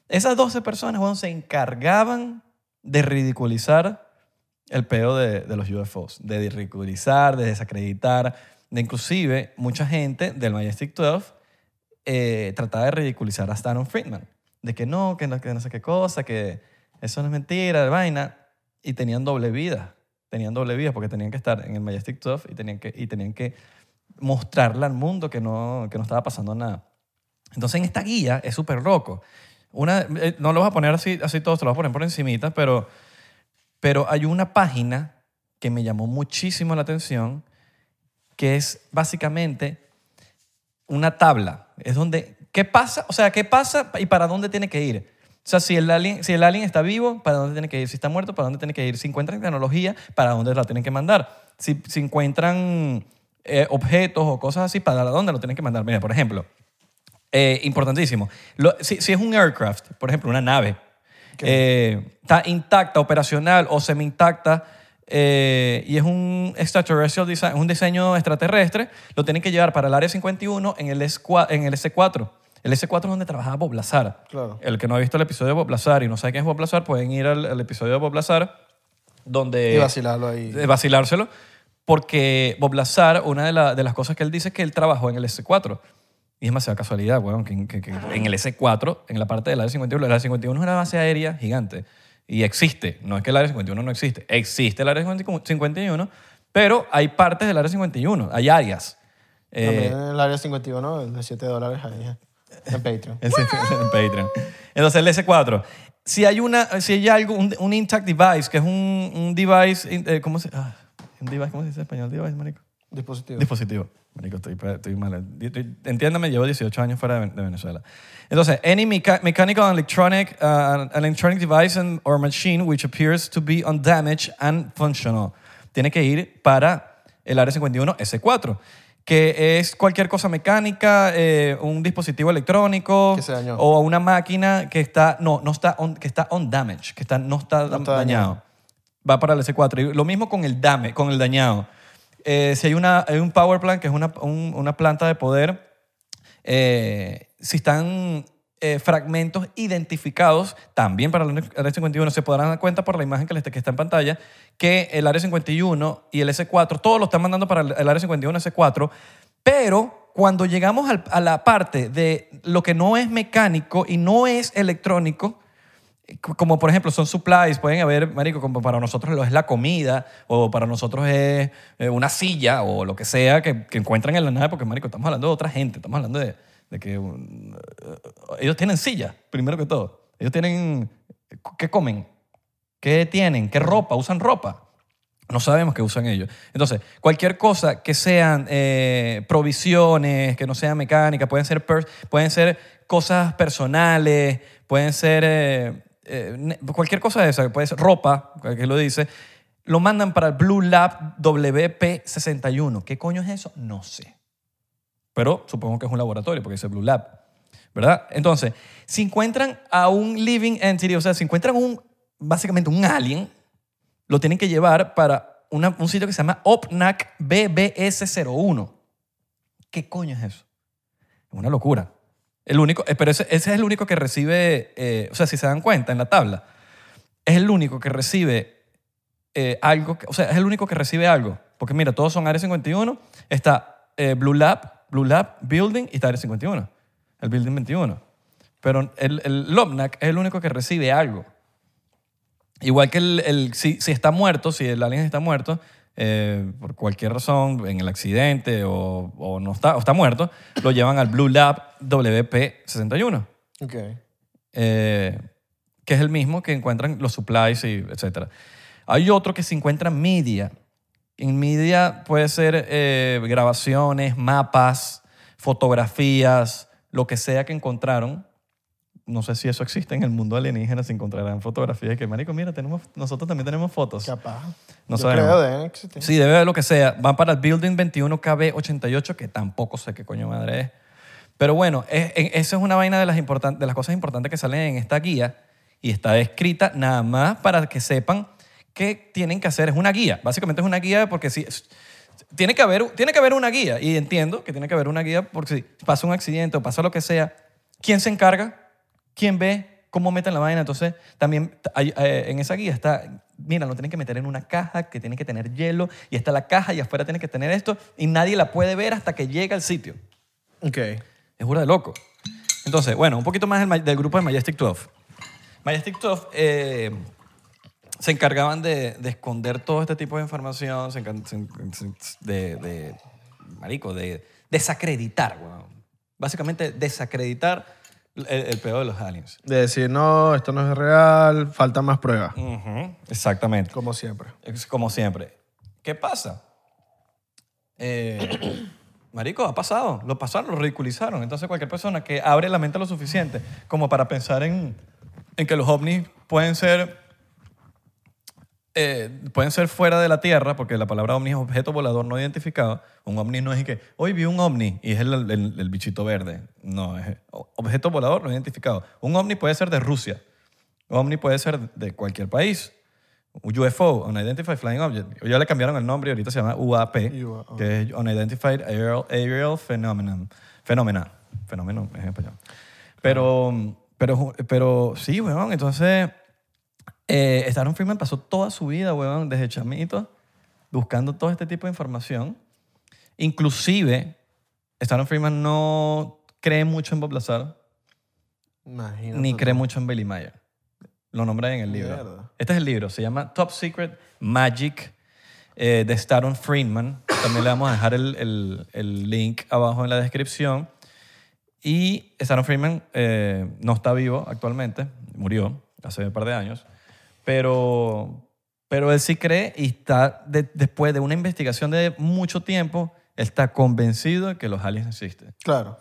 S2: Esas 12 personas, weón, se encargaban de ridiculizar el pedo de, de los UFOs, de ridiculizar, de desacreditar, de inclusive mucha gente del Majestic 12 eh, trataba de ridiculizar a Stanton Friedman, de que no, que no, que no sé qué cosa, que eso no es mentira, vaina, y tenían doble vida, tenían doble vida porque tenían que estar en el Majestic 12 y tenían que, y tenían que mostrarle al mundo que no, que no estaba pasando nada. Entonces en esta guía es súper loco. Una, eh, no lo vas a poner así, así todos, te lo vas a poner por encimita, pero, pero hay una página que me llamó muchísimo la atención que es básicamente una tabla. Es donde, ¿qué pasa? O sea, ¿qué pasa y para dónde tiene que ir? O sea, si el alien, si el alien está vivo, ¿para dónde tiene que ir? Si está muerto, ¿para dónde tiene que ir? Si encuentran tecnología, ¿para dónde la tienen que mandar? Si, si encuentran eh, objetos o cosas así, ¿para dónde lo tienen que mandar? Mira, por ejemplo, eh, importantísimo. Lo- si, si es un aircraft, por ejemplo, una nave, eh, está intacta, operacional o semi-intacta eh, y es un extraterrestrial design, un diseño extraterrestre, lo tienen que llevar para el Área 51 en el, S4, en el S4. El S4 es donde trabajaba Bob Lazar.
S1: Claro.
S2: El que no ha visto el episodio de Bob Lazar y no sabe quién es Bob Lazar, pueden ir al, al episodio de Bob Lazar donde
S1: Y vacilarlo ahí.
S2: de vacilárselo, porque Bob Lazar, una de, la- de las cosas que él dice es que él trabajó en el S4. Y es demasiada casualidad, weón, que, que- que en el S4, en la parte del área 51, el área 51 es una base aérea gigante y existe. No es que el área 51 no existe, existe el área 51, pero hay partes del área 51, hay áreas. Eh,
S1: También en el área 51, el de 7 dólares ahí eh, en Patreon.
S2: El sistema en Patreon. Entonces, el S4. Si hay, una, si hay algo, un, un intact device, que es un, un device, in- eh, ¿cómo se, ah, un device, ¿cómo se dice en español? Device, marico.
S1: Dispositivo.
S2: Dispositivo. Marico, estoy, pa- estoy mal. Estoy- Entiéndame, llevo 18 años fuera de, Ven- de Venezuela. Entonces, any mecha- mechanical and electronic, uh, an electronic device and- or machine which appears to be undamaged and functional. Tiene que ir para el área 51 S4, que es cualquier cosa mecánica, eh, un dispositivo electrónico
S1: Que se dañó.
S2: o una máquina que está no no está on, que está on damage, que está no está,
S1: No está
S2: dañado.
S1: dañado.
S2: Va para el S4. Y lo mismo con el dame, con el dañado. Eh, si hay, una, hay un power plant, que es una, un- una planta de poder, eh, si están eh, fragmentos identificados, también para el área 51, se podrán dar cuenta por la imagen que, les- que está en pantalla, que el área 51 y el S4, todos lo están mandando para el, el área 51 S4, pero cuando llegamos al- a la parte de lo que no es mecánico y no es electrónico, eh, como por ejemplo son supplies, pueden haber, marico, como para nosotros lo es la comida o para nosotros es eh, una silla o lo que sea que, que encuentran en la nave, porque marico, estamos hablando de otra gente, estamos hablando de, de que um, eh, ellos tienen silla, primero que todo. Ellos tienen, ¿qué comen? ¿Qué tienen? ¿Qué ropa? ¿Usan ropa? No sabemos qué usan ellos. Entonces, cualquier cosa que sean eh, provisiones, que no sean mecánicas, pueden ser, pers- pueden ser cosas personales, pueden ser eh, eh, ne- cualquier cosa de esa, puede ser ropa, que lo dice, lo mandan para el Blue Lab WP61. ¿Qué coño es eso? No sé. Pero supongo que es un laboratorio porque dice Blue Lab, ¿verdad? Entonces, si encuentran a un living entity, o sea, si encuentran un, básicamente un alien, lo tienen que llevar para una- un sitio que se llama OPNAC BBS01. ¿Qué coño es eso? Es una locura. El único, eh, pero ese, ese es el único que recibe, eh, o sea, si se dan cuenta en la tabla, es el único que recibe eh, algo, que- o sea, es el único que recibe algo. Porque mira, todos son Área 51, está eh, Blue Lab, Blue Lab Building y está Área 51, el Building 21. Pero el, el LOPNAC es el único que recibe algo. Igual que el, el- si, si está muerto, si el alien está muerto, eh, por cualquier razón, en el accidente o, o no está, o está muerto, lo llevan al Blue Lab WP61,
S1: Ok.
S2: eh, que es el mismo que encuentran los supplies, y etc. Hay otro que se encuentra en media. En media puede ser eh, grabaciones, mapas, fotografías, lo que sea que encontraron no sé si eso existe en el mundo alienígena, se encontrarán fotografías que, marico, mira, tenemos, nosotros también tenemos fotos.
S1: Capaz.
S2: No
S1: Yo
S2: sabemos.
S1: creo de existir.
S2: Sí, debe haber lo que sea. Van para el Building 21KB88, que tampoco sé qué coño madre es. Pero bueno, es- en- esa es una vaina de las, importan- de las cosas importantes que salen en esta guía y está escrita nada más para que sepan qué tienen que hacer. Es una guía, básicamente es una guía porque si... es- Tiene que, haber, tiene que haber una guía y entiendo que tiene que haber una guía porque si pasa un accidente o pasa lo que sea, ¿quién se encarga? ¿Quién ve? ¿Cómo meten la vaina? Entonces, también hay- eh, en esa guía está, mira, lo tienen que meter en una caja que tiene que tener hielo y está la caja y afuera tiene que tener esto y nadie la puede ver hasta que llega al sitio.
S1: Ok.
S2: Es jura de loco. Entonces, bueno, un poquito más del, ma- del grupo de Majestic 12. Majestic 12 eh, se encargaban de, de esconder todo este tipo de información, se encan- se en- se- de, de- marico, de desacreditar, weón. Básicamente desacreditar el, el pedo de los aliens.
S1: De decir, no, esto no es real, faltan más pruebas.
S2: Exactamente.
S1: Como siempre.
S2: Es como siempre. ¿Qué pasa? Eh, marico, ha pasado. Lo pasaron, lo ridiculizaron. Entonces cualquier persona que abre la mente lo suficiente como para pensar en, en que los ovnis pueden ser eh, pueden ser fuera de la Tierra, porque la palabra ovni es objeto volador no identificado. Un ovni no es que hoy vi un ovni y es el, el- el bichito verde. No, es o- objeto volador no identificado. Un ovni puede ser de Rusia. Un ovni puede ser de cualquier país. Un UFO, Unidentified Flying Object. Ya le cambiaron el nombre y ahorita se llama UAP,
S1: UAP.
S2: que es Unidentified Aerial, Aerial Phenomenon. Fenómena. Fenómeno es en español. Pero, pero, pero sí, weón, entonces... Eh, Staron Freeman pasó toda su vida, weón, desde chamito, buscando todo este tipo de información. Inclusive, Staron Freeman no cree mucho en Bob Lazar,
S1: Imagínate.
S2: ni cree mucho en Billy Mayer. Lo nombra en el libro.
S1: pues Mierda.
S2: Este es el libro, se llama Top Secret Magic eh, de Staron Friedman. También le vamos a dejar el, el- el link abajo en la descripción. Y Staron Friedman eh, no está vivo actualmente, murió hace un par de años, pero, pero él sí cree y está, de- después de una investigación de mucho tiempo, él está convencido de que los aliens existen.
S1: Claro.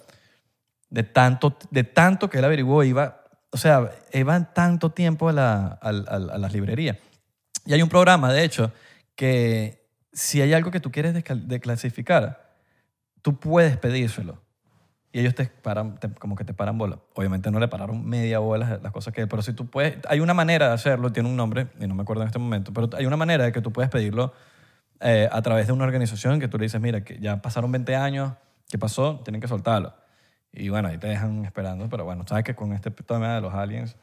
S2: De tanto, de tanto que él averiguó, iba, o sea, iban tanto tiempo a, la, al- al- a las librerías. Y hay un programa, de hecho, que si hay algo que tú quieres descal- declasificar, tú puedes pedírselo. Y ellos te paran, te- como que te paran bola. Obviamente no le pararon media bola las- las cosas que... Pero si tú puedes... Hay una manera de hacerlo, tiene un nombre, y no me acuerdo en este momento, pero hay una manera de que tú puedes pedirlo eh, a través de una organización que tú le dices, mira, que ya pasaron 20 años, ¿qué pasó? Tienen que soltarlo. Y bueno, ahí te dejan esperando, pero bueno, sabes que con este tema de los aliens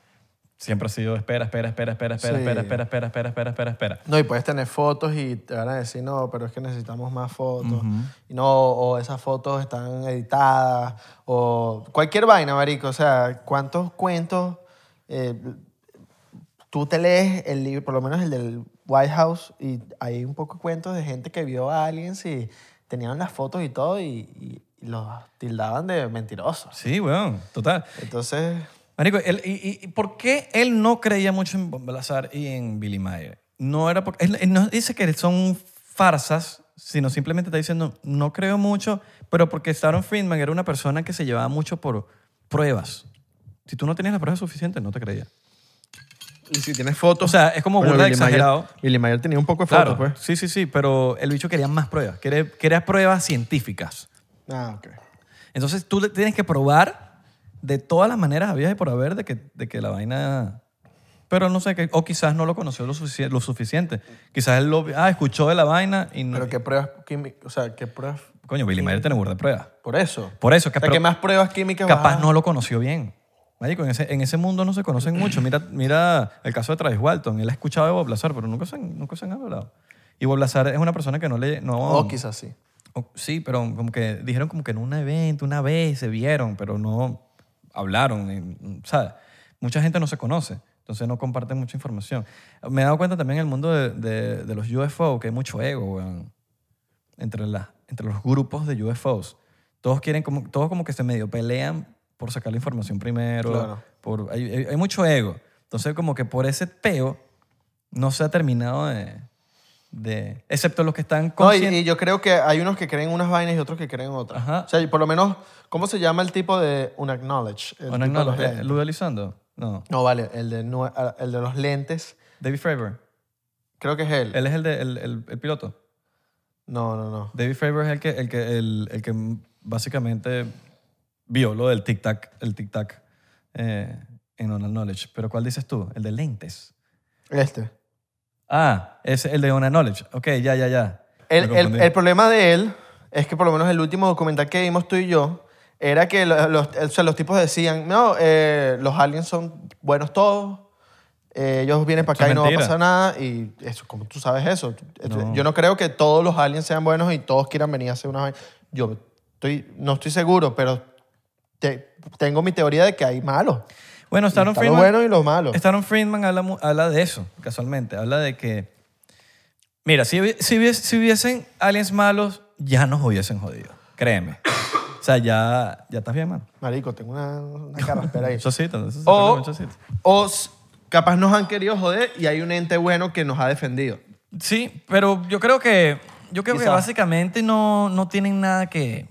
S2: siempre ha sido espera, espera, espera, espera, espera,
S1: Sí.
S2: espera, espera, espera, espera, espera, espera, espera.
S1: No, y puedes tener fotos y te van a decir, no, pero es que necesitamos más fotos. Y no, o esas fotos están editadas, o cualquier vaina, marico. O sea, ¿cuántos cuentos eh, tú te lees el libro, por lo menos el del White House, y hay un poco de cuentos de gente que vio a alguien y tenían las fotos y todo, y, y los tildaban de mentirosos.
S2: Sí, bueno, total.
S1: Entonces,
S2: Marico, él- y, y- y por qué él no creía mucho en Balazar y en Billy Mayer? No era porque... Él, él no dice que son farsas, sino simplemente está diciendo, no creo mucho, pero porque Staron Friedman era una persona que se llevaba mucho por pruebas. Si tú no tenías las pruebas suficientes, no te creía.
S1: y si tienes fotos.
S2: O sea, es como burda de exagerado.
S1: Billy Mayer tenía un poco de
S2: Claro,
S1: fotos, pues.
S2: sí, sí, sí, pero el bicho quería más pruebas, quería, quería pruebas científicas.
S1: Ah, ok.
S2: Entonces tú le tienes que probar de todas las maneras había y por haber de que, de que la vaina... Pero no sé, que, o quizás no lo conoció lo, sufici- lo suficiente. Quizás él lo, ah, escuchó de la vaina y no...
S1: Pero qué pruebas químicas, o sea, qué pruebas
S2: Coño, Billy Mayer tiene burda de pruebas.
S1: por eso.
S2: Por eso, que,
S1: O sea,
S2: pero-
S1: ¿qué más pruebas químicas vas
S2: capaz
S1: a-
S2: no lo conoció bien. Marico, en ese, en ese mundo no se conocen mucho. Mira, mira el caso de Travis Walton. Él ha escuchado de Bob Lazar, pero nunca se, han- nunca se han hablado. Y Bob Lazar es una persona que no le... No,
S1: O Oh, quizás sí.
S2: O- Sí, pero como que dijeron como que en un evento, una vez se vieron, pero no hablaron, y, ¿sabes? Mucha gente no se conoce, entonces no comparten mucha información. Me he dado cuenta también en el mundo de, de- de los UFO que hay mucho ego, weón, entre, las entre los grupos de UFOs. Todos quieren, como, todos como que se medio pelean por sacar la información primero,
S1: Claro.
S2: por, hay, hay- hay mucho ego. Entonces como que por ese peo no se ha terminado de... de- excepto los que están
S1: No, y,
S2: conscientes.
S1: y yo creo que hay unos que creen unas vainas y otros que creen otras.
S2: Ajá.
S1: O sea, y por lo menos, ¿cómo se llama el tipo de un acknowledge? El
S2: ¿O no,
S1: tipo
S2: no,
S1: de
S2: no,
S1: los
S2: eh,
S1: lentes.
S2: Ludo Elizondo? No.
S1: No, vale, el de, nue- ah, el de los lentes,
S2: David Fravor.
S1: creo que es él.
S2: Él es el, de- el, el- el piloto.
S1: No, no, no.
S2: David Fravor es el que, el que, el, el que básicamente vio lo del tic-tac, el tic-tac eh, en Onal Knowledge. Pero ¿cuál dices tú? El de lentes.
S1: Este.
S2: Ah, es el de Onal Knowledge. Ok, ya, ya, ya. Me
S1: El, el-
S2: confundí.
S1: el problema de él es que por lo menos el último documental que vimos tú y yo era que lo- los, o sea, los tipos decían, no, eh, los aliens son buenos todos, eh, ellos vienen para
S2: Eso
S1: acá
S2: es
S1: y no va a
S2: mentira.
S1: pasar nada. Y eso, ¿cómo tú sabes eso? Esto-
S2: No.
S1: Yo no creo que todos los aliens sean buenos y todos quieran venir a hacer una... vaina. Yo estoy, no estoy seguro, pero te- tengo mi teoría de que hay malos.
S2: Bueno, Staron
S1: Está lo
S2: Friedman...
S1: bueno y lo malo.
S2: Staron Friedman habla, mu- habla de eso, casualmente. Habla de que, mira, si, hubi- si, hubies- si hubiesen aliens malos, ya nos hubiesen jodido. Créeme. O sea, ya, ya estás bien, mano.
S1: Marico, tengo una, una carraspera ahí.
S2: Eso sí, entonces, se
S1: O,
S2: aprende mucho así.
S1: o s- capaz nos han querido joder y hay un ente bueno que nos ha defendido.
S2: Sí, pero yo creo que, yo creo que
S1: Quizá.
S2: básicamente no, no tienen nada que...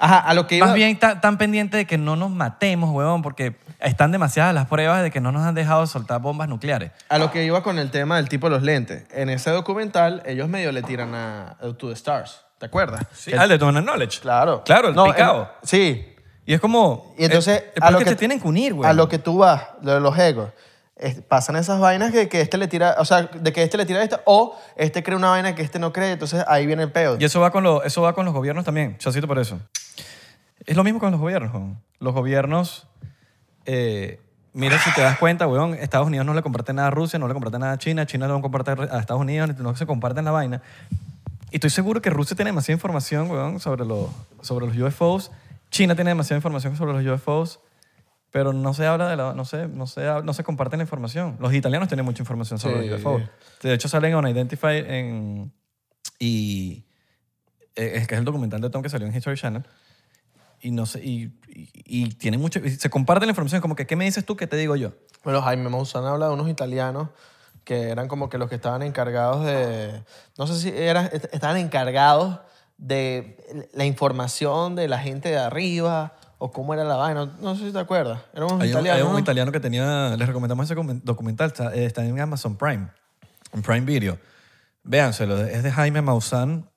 S1: Ajá, a lo que iba...
S2: Más bien tan, tan pendiente de que no nos matemos, huevón, porque están demasiadas las pruebas de que no nos han dejado soltar bombas nucleares.
S1: A lo que iba con el tema del tipo de los lentes. En ese documental, ellos medio le tiran a a To The Stars. ¿Te acuerdas?
S2: Sí,
S1: El-
S2: ah, el de Donald Knowledge.
S1: claro.
S2: Claro, el
S1: No,
S2: picado.
S1: el- sí.
S2: y es como... eh,
S1: Y entonces...
S2: el- el peor es que te tienen que unir, güey.
S1: A lo que tú vas, lo de los egos. es- pasan esas vainas que, que este le tira... O sea, de que este le tira a esta o este cree una vaina que este no cree. Entonces, ahí viene el peo.
S2: Y eso va con, lo- eso va con los gobiernos también. Chacito por eso. Es lo mismo con los gobiernos. weón. Los gobiernos, eh, mira si te das cuenta, weón, Estados Unidos no le comparte nada a Rusia, no le comparte nada a China, China no le comparte a Estados Unidos, no se comparten la vaina. Y estoy seguro que Rusia tiene demasiada información, weón, sobre, los- sobre los UFOs. China tiene demasiada información sobre los UFOs. Pero no se habla de la... No se, no se, hab- no se comparten la información. Los italianos tienen mucha información sobre
S1: Sí.
S2: los UFOs. De hecho, salen en Unidentified en, Y eh, es que es el documental de Tom que salió en History Channel. Y no sé, y, y- y tiene mucho, y se comparte la información, como que, ¿qué me dices tú? ¿Qué te digo yo?
S1: Bueno, Jaime Maussan habla de unos italianos que eran como que los que estaban encargados de, no sé si eran, est- estaban encargados de la información de la gente de arriba o cómo era la vaina, no, no sé si te acuerdas, eran unos
S2: Hay un, hay
S1: italianos.
S2: un
S1: ¿no?
S2: italiano que tenía, les recomendamos ese comen- documental, está, eh, está en Amazon Prime, en Prime Video. Véanselo, es de Jaime Maussan.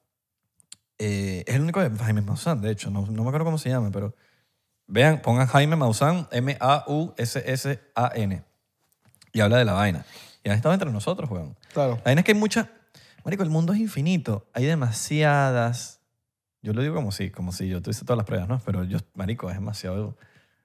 S2: eh, es el único de Jaime Maussan, de hecho, no, no me acuerdo cómo se llama, pero vean, pongan Jaime Maussan, M-A-U-S-S-A-N, y habla de la vaina. Y han estado entre nosotros, weón.
S1: Claro.
S2: La vaina es que hay muchas... Marico, el mundo es infinito. Hay demasiadas... Yo lo digo como si, como si yo tuviese todas las pruebas, ¿no? Pero yo, marico, es demasiado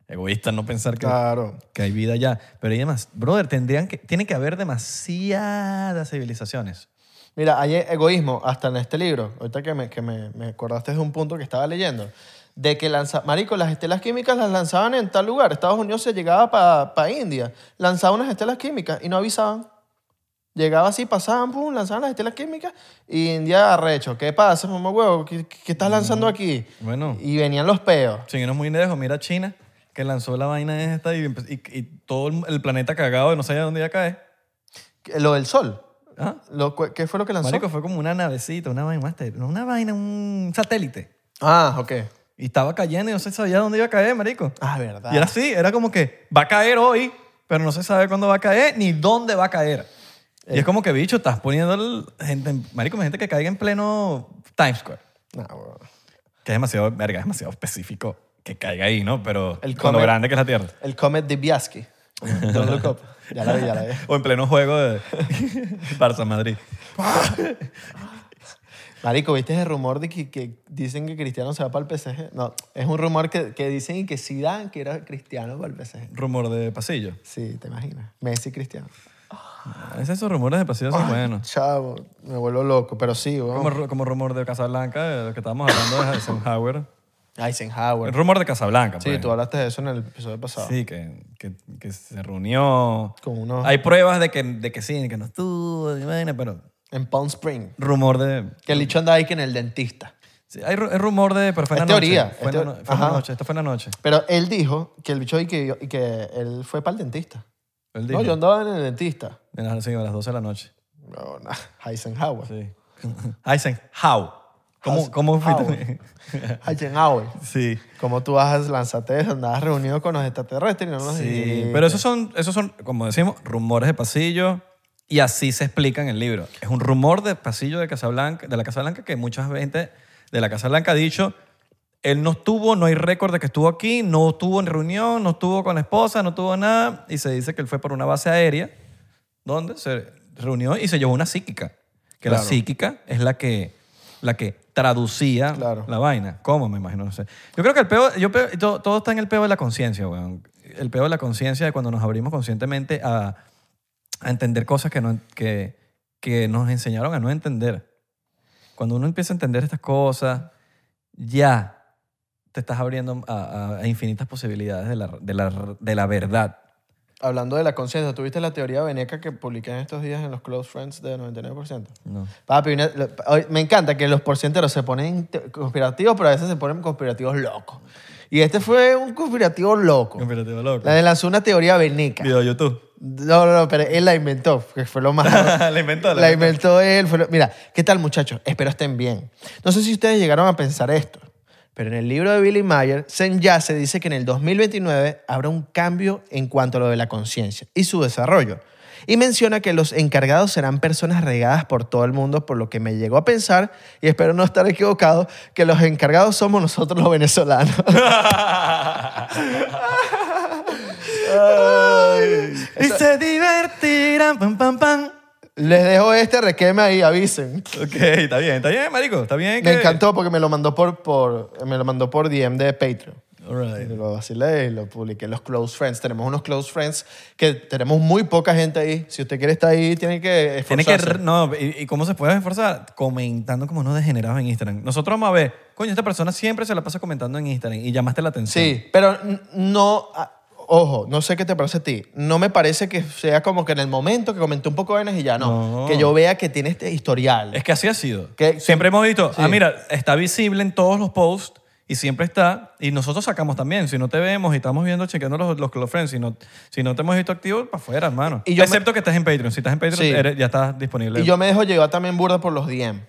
S2: egoísta no pensar que,
S1: Claro.
S2: que hay vida allá. Pero hay demás. Brother, tendrían que, tiene que haber demasiadas civilizaciones.
S1: Mira, hay egoísmo hasta en este libro. Ahorita que me, que me, me acordaste de un punto que estaba leyendo. De que lanza, marico, las estelas químicas las lanzaban en tal lugar. Estados Unidos se llegaba para India. Lanzaban unas estelas químicas y no avisaban. Llegaba así, pasaban, pum, lanzaban las estelas químicas y India arrecho. ¿Qué pasa, mamá huevo? ¿Qué, qué estás lanzando aquí?
S2: Bueno.
S1: Y venían los peos.
S2: Si no es muy lejos, mira China, que lanzó la vaina esta y, empe- y- y todo el- el planeta cagado y no sabía dónde iba a caer.
S1: Lo del sol.
S2: ¿Ah?
S1: Lo, cu- ¿Qué fue lo que lanzó?
S2: Marico, fue como una navecita, una vaina, más te- no, una vaina, un satélite.
S1: Ah, ok.
S2: Y estaba cayendo y no se sabía dónde iba a caer, marico.
S1: Ah, verdad.
S2: Y era así, era como que va a caer hoy, pero no se sabe cuándo va a caer ni dónde va a caer. Y es como que, bicho, estás poniendo el- gente, en- marico, gente que caiga en pleno Times Square.
S1: Nah, huevo.
S2: Que es demasiado, verga, es demasiado específico que caiga ahí, ¿no? Pero
S1: El
S2: con lo
S1: comer-
S2: grande que es la Tierra.
S1: El Comet Dibiaski. Don't look up. Ya la vi, ya la vi.
S2: O en pleno juego de Barça-Madrid.
S1: Marico, ¿viste ese rumor de que, que dicen que Cristiano se va para el PSG? No, es un rumor que, que dicen y que Zidane que era Cristiano para el PSG.
S2: Rumor de pasillo.
S1: Sí, te imaginas. Messi Cristiano.
S2: A veces esos rumores de pasillo son buenos.
S1: Chavo, me vuelvo loco, pero sí,
S2: Como,
S1: weón.
S2: ru- como rumor de Casablanca, de lo que estábamos hablando de Eisenhower. El
S1: Eisenhower.
S2: rumor de Casablanca,
S1: Sí,
S2: pues.
S1: tú hablaste de eso en el episodio pasado.
S2: Sí, que, que, que se reunió.
S1: Con unos-
S2: Hay pruebas de que, de que sí, que no estuvo, y vaina, pero
S1: En Palm Spring.
S2: rumor de...
S1: Que el lichón anda ahí que en el dentista.
S2: sí, hay, ru- hay rumor de... Pero fue en
S1: Es
S2: la noche.
S1: teoría,
S2: Fue,
S1: es
S2: en la
S1: teo-
S2: no- fue en la
S1: ajá.
S2: noche. Esto fue en la noche.
S1: Pero él dijo que el bicho y que, y que él fue para el dentista.
S2: Él dijo,
S1: No, yo andaba en el dentista.
S2: en las- sí, a las 12 de la noche.
S1: No, no, Eisenhower.
S2: Sí. Eisenhower. ¿Cómo, cómo fuiste?
S1: Eisenhower.
S2: sí.
S1: ¿Cómo tú vas a lanzarte eso? Andabas reunido con los extraterrestres y no nos
S2: Sí,
S1: dijiste.
S2: pero esos son, esos son, como decimos, rumores de pasillo y así se explica en el libro. Es un rumor de pasillo de Casablanca, de la Casa Blanca que mucha gente de la Casa Blanca ha dicho, él no estuvo, no hay récord de que estuvo aquí, no estuvo en reunión, no estuvo con la esposa, no tuvo nada y se dice que él fue por una base aérea donde se reunió y se llevó una psíquica, que la
S1: Claro.
S2: psíquica es la que la que traducía
S1: Claro.
S2: la vaina. ¿Cómo? Me imagino, no sé. Yo creo que el peo, yo peo- todo, todo está en el peo de la conciencia, weón. El peo de la conciencia de cuando nos abrimos conscientemente a, a entender cosas que, no, que, que nos enseñaron a no entender. Cuando uno empieza a entender estas cosas, ya te estás abriendo a, a- a infinitas posibilidades de la, de la, de la verdad.
S1: Hablando de la conciencia, ¿tuviste la teoría veneca que publiqué en estos días en los Close Friends de 99%?
S2: No.
S1: Papi, una- lo- ay, me encanta que los porcienteros se ponen te- conspirativos, pero a veces se ponen conspirativos locos. Y este fue un conspirativo loco.
S2: Conspirativo loco.
S1: La de lanzó una teoría veneca.
S2: Video de YouTube.
S1: No, no, no, pero él la inventó, que fue lo más...
S2: la inventó.
S1: La inventó él. fue lo- Mira, ¿qué tal muchachos? Espero estén bien. No sé si ustedes llegaron a pensar esto, pero en el libro de Billy Mayer, Zen Yase dice que en el 2029 habrá un cambio en cuanto a lo de la conciencia y su desarrollo. Y menciona que los encargados serán personas regadas por todo el mundo, por lo que me llegó a pensar, y espero no estar equivocado, que los encargados somos nosotros los venezolanos.
S2: y se divertirán, pam, pam, pam.
S1: Les dejo este requeme ahí, avisen.
S2: Ok, está bien, está bien, marico, está bien.
S1: Me
S2: que-
S1: encantó porque me lo mandó por, por, me lo mandó por DM de Patreon.
S2: All
S1: Y
S2: right.
S1: lo vacilé y lo publiqué en los close friends. Tenemos unos close friends que tenemos muy poca gente ahí. Si usted quiere estar ahí, tiene que
S2: Tiene
S1: esforzarse.
S2: que... No, ¿y, y cómo se puede esforzar? Comentando como unos degenerados en Instagram. Nosotros vamos a ver, coño, esta persona siempre se la pasa comentando en Instagram y llamaste la atención.
S1: Sí, pero n- no... ah, ojo, no sé qué te parece a ti. No me parece que sea como que en el momento que comenté un poco de vainas y ya no.
S2: No.
S1: Que yo vea que tiene este historial.
S2: Es que así ha sido.
S1: Que-
S2: siempre hemos visto,
S1: Sí.
S2: ah, mira, está visible en todos los posts y siempre está. Y nosotros sacamos también. Si no te vemos y estamos viendo, chequeando los, los close friends, si no, si no te hemos visto activo, para afuera, hermano.
S1: Y yo me-
S2: Excepto que estás en Patreon. Si estás en Patreon,
S1: Sí.
S2: eres- ya estás disponible.
S1: Y yo me dejo llevar también burda por los DM.